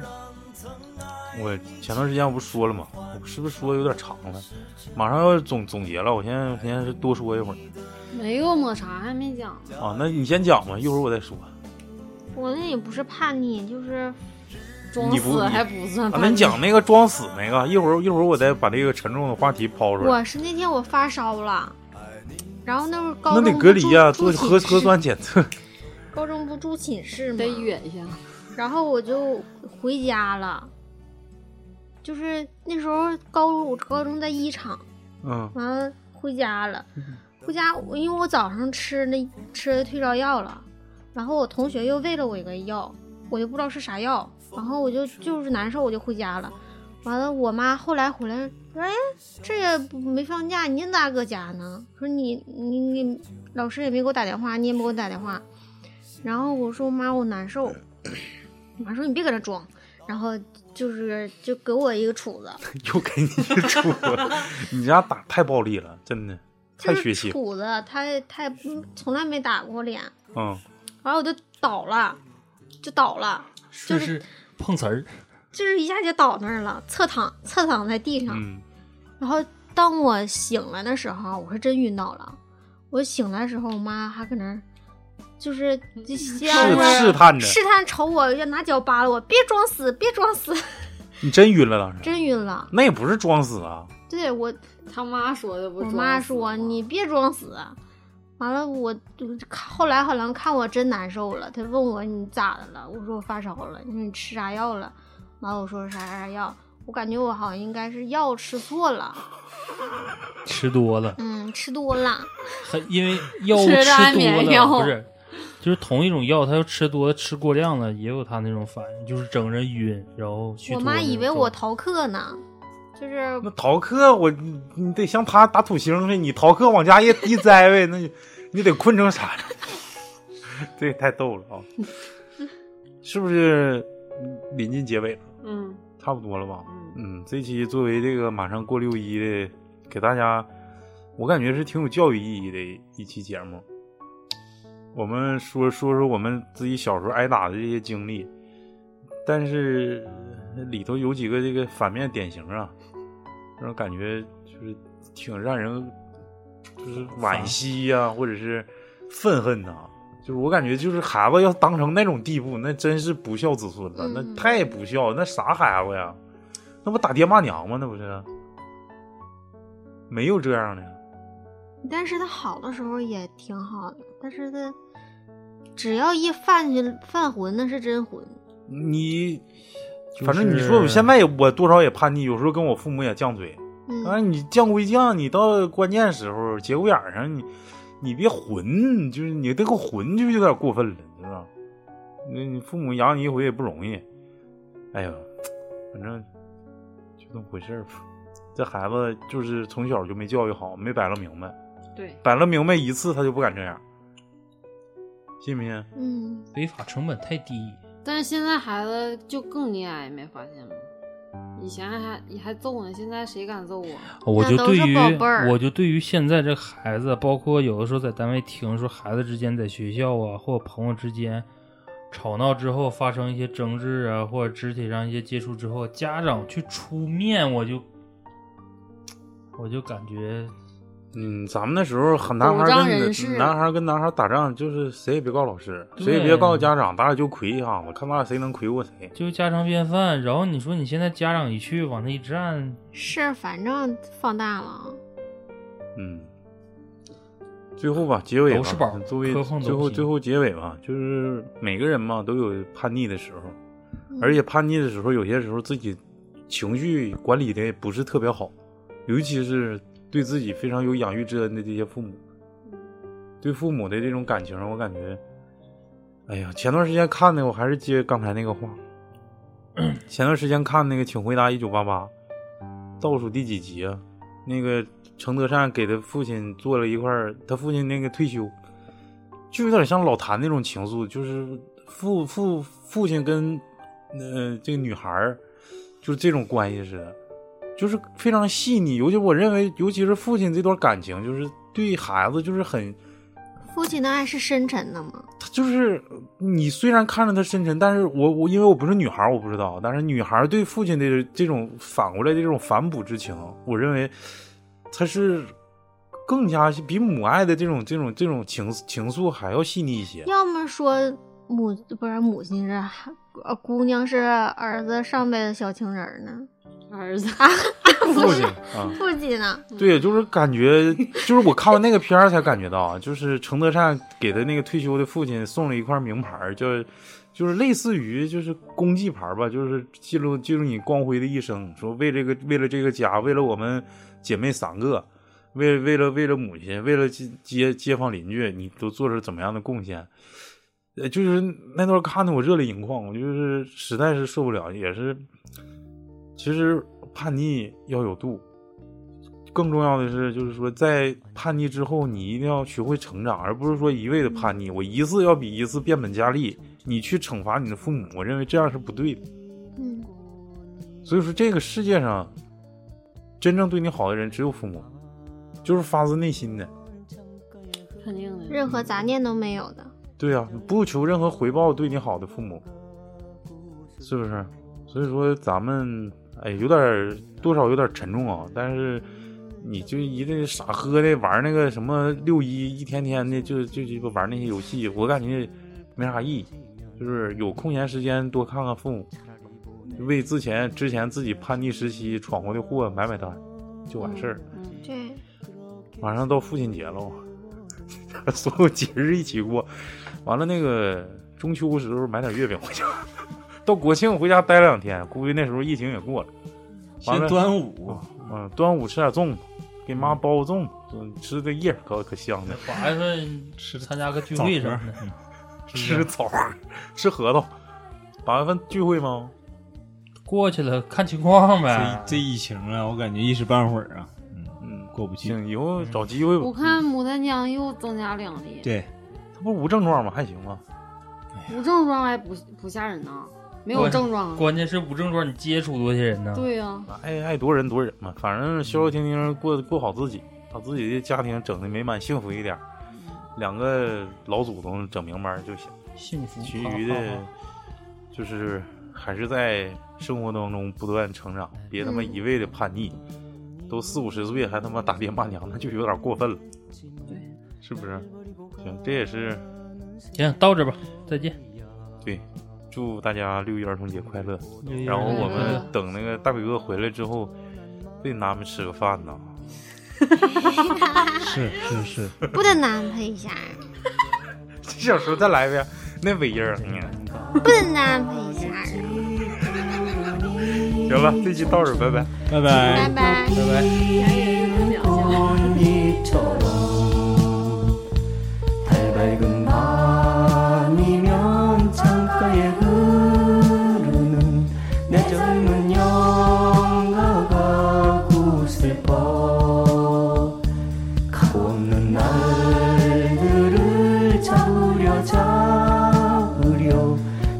我前段时间我不是说了吗？我是不是说的有点长了？马上要总总结了，我现在我现在是多说一会儿没有抹茶还没讲，啊。那你先讲吧，一会儿我再说。我那也不是叛逆，就是装你不死你还不算啊，叛逆。嗯那你讲那个装死那个，一会儿一会儿我再把这个沉重的话题抛出来。我是那天我发烧了，然后那会儿高那中得不隔离住呀、住做寝核核室酸检测。高中不住寝室吗？得远一下，然后我就回家了。就是那时候高我高中在一厂，嗯，完了回家了。回家我因为我早上吃那吃的退烧药了，然后我同学又喂了我一个药，我就不知道是啥药，然后我就就是难受，我就回家了。完了，我妈后来回来说：“哎，这也不没放假，你咋搁家呢？”说你你你，老师也没给我打电话，你也没给我打电话。然后我说：“妈，我难受。”我妈说：“你别搁这装。”然后就是就给我一个杵子，又给你一出，你家打太暴力了，真的太就是血腥。杵子，他他也不从来没打过我脸，嗯，然后我就倒了，就倒了，这是碰瓷儿，就是一下就倒那儿了，侧躺侧躺在地上。嗯，然后当我醒来的时候，我是真晕倒了。我醒来的时候，我妈还搁那儿，就是就先试是试探着，试探瞅我，要拿脚扒拉我，别装死，别装死， 你真晕了当时。真晕了。那也不是装死啊，对我他妈说的不我装死吗？妈说你别装死。完了，我后来好像看我真难受了，她问我你咋的了，我说我发烧了。你说你吃啥药了？完了我说啥啥啥药，我感觉我好像应该是药吃错了，吃多了，嗯，吃多了。还因 为药物吃了吃安多眠了，药不是，就是同一种药，它要吃多了、吃过量了，也有它那种反应，就是整人晕，然后虚我脱妈那以种为我状态逃课呢，就是那逃课我你你得像他打土星似的，你逃课往家一一栽呗，那你你得困成啥样？ 这也太逗了啊！嗯是不是临近结尾了？嗯差不多了吧？嗯嗯，这期作为这个马上过六一的，给大家，我感觉是挺有教育意义的一期节目。我们说说说我们自己小时候挨打的这些经历，但是呃里头有几个这个反面典型啊，让人感觉就是挺让人就是惋惜呀、或者是愤恨呐、就是我感觉，就是孩子要当成那种地步，那真是不孝子孙了，嗯那太不孝，那啥孩子呀？那不打爹骂娘吗？那不是？没有这样的，但是他好的时候也挺好的，但是他只要一犯去犯浑，那是真浑。你就是反正你说我现在也我多少也叛逆，有时候跟我父母也犟嘴，嗯，啊但是你犟归犟，你到关键时候节骨眼儿上，你你别混，就是你这个混就有点过分了，是吧？那你父母养你一回也不容易。哎呦，反正就那么回事儿吧。这孩子就是从小就没教育好，没摆了明白，对，摆了明白一次他就不敢这样，信不信？嗯，违法成本太低，但是现在孩子就更溺爱，没发现吗？以前还还揍呢，现在谁敢揍啊我？哦我就都对是于宝贝儿我就对于现在这孩子，包括有的时候在单位听说孩子之间在学校啊或者朋友之间吵闹之后发生一些争执啊，或者肢体上一些接触之后，家长去出面，我就我就感觉嗯，咱们那时候很男孩儿狗仗人跟势男孩儿跟男孩儿打仗，就是谁也别告老师，对谁也别告家长，咱俩就魁一下子，看咱俩谁能魁过谁。就是家常便饭。然后你说你现在家长一去往那一站，是，反正放大了。啊嗯，最后吧，结尾吧都是宝儿作为磕碰都最后拼最后结尾吧，就是每个人嘛都有叛逆的时候，嗯而且叛逆的时候，有些时候自己情绪管理的不是特别好，尤其是对自己非常有养育之恩的这些父母，对父母的这种感情，我感觉，哎呀，前段时间看的，我还是接刚才那个话，嗯前段时间看那个《请回答一九八八》，倒数第几集啊？那个程德善给他父亲做了一块儿，他父亲那个退休，就有点像老谭那种情愫，就是父父父亲跟呃这个女孩儿，就是这种关系似的，就是非常细腻。尤其我认为，尤其是父亲这段感情，就是对孩子就是很，父亲的爱是深沉的嘛，他就是呃你虽然看着他深沉，但是我我因为我不是女孩儿，我不知道，但是女孩儿对父亲的这种反过来的这种反哺之情，我认为他是。更加比母爱的这种这种这种情情愫还要细腻一些，要么说母不是母亲是呃姑娘是儿子上辈子小情人儿呢，儿子，父亲啊，父亲呢？对，就是感觉，就是我看完那个片儿才感觉到啊，就是程德善给他那个退休的父亲送了一块名牌儿，叫，就是类似于就是功绩牌儿吧，就是记录记录你光辉的一生，说为这个为了这个家，为了我们姐妹三个，为为了为了母亲，为了街街街坊邻居，你都做出怎么样的贡献？呃，就是那段看的我热泪盈眶，我就是实在是受不了，也是，其实叛逆要有度，更重要的是，就是说在叛逆之后，你一定要学会成长，而不是说一味的叛逆，我一次要比一次变本加厉，你去惩罚你的父母，我认为这样是不对的。嗯，所以说，这个世界上真正对你好的人只有父母，就是发自内心的。肯定的。任何杂念都没有的。对啊，不求任何回报对你好的父母，是不是？所以说咱们哎，有点儿多少有点儿沉重啊，但是你就一个傻喝的玩那个什么六一，一天天的就就鸡巴玩那些游戏，我感觉没啥意义。就是有空闲时间多看看父母，为之前之前自己叛逆时期闯过的祸买买单，就完事儿了。嗯。嗯对，马上到父亲节了， 所有节日一起过。完了，那个中秋时候买点月饼回家， 到国庆回家待两天，估计那时候疫情也过了。完先了端午，嗯，端午吃点粽子，给妈包个粽子，嗯吃的叶儿可可香了，我还 说是参加个聚枣会核什么的，吃枣儿，吃核桃。八月份聚会吗？过去了看情况呗这。这疫情啊，我感觉一时半会儿啊，嗯，嗯，过不去。行，以后找机会吧 我。看牡丹江又增加两例，对，他不无症状吗？还行吗？无症状还不不吓人呢，没有关症状啊。关键是无症状，你接触多些人呢。对呀、啊爱爱多人多人嘛，反正消消停停过过好自己，把自己的家庭整的美满幸福一点儿，嗯两个老祖宗整明白就行。幸福。其余哈哈的哈，就是还是在生活当中不断成长，别他妈嗯一味的叛逆。都四五十岁还他妈打爹骂娘，那就有点过分了，是不是？行，这也是行，到这吧，再见。对。祝大家六一儿童节快乐！六一然后儿童我节们等那个大伟哥回来之后，得拿他们吃个饭呢。是是是，不得安排一下，小时候再来呗，那尾音儿。嗯不得安排一下，啊行了，这期到这儿，拜拜。拜拜。拜拜。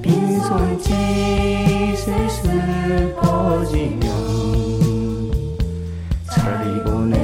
빈손짓을 슬퍼지면 잘 보내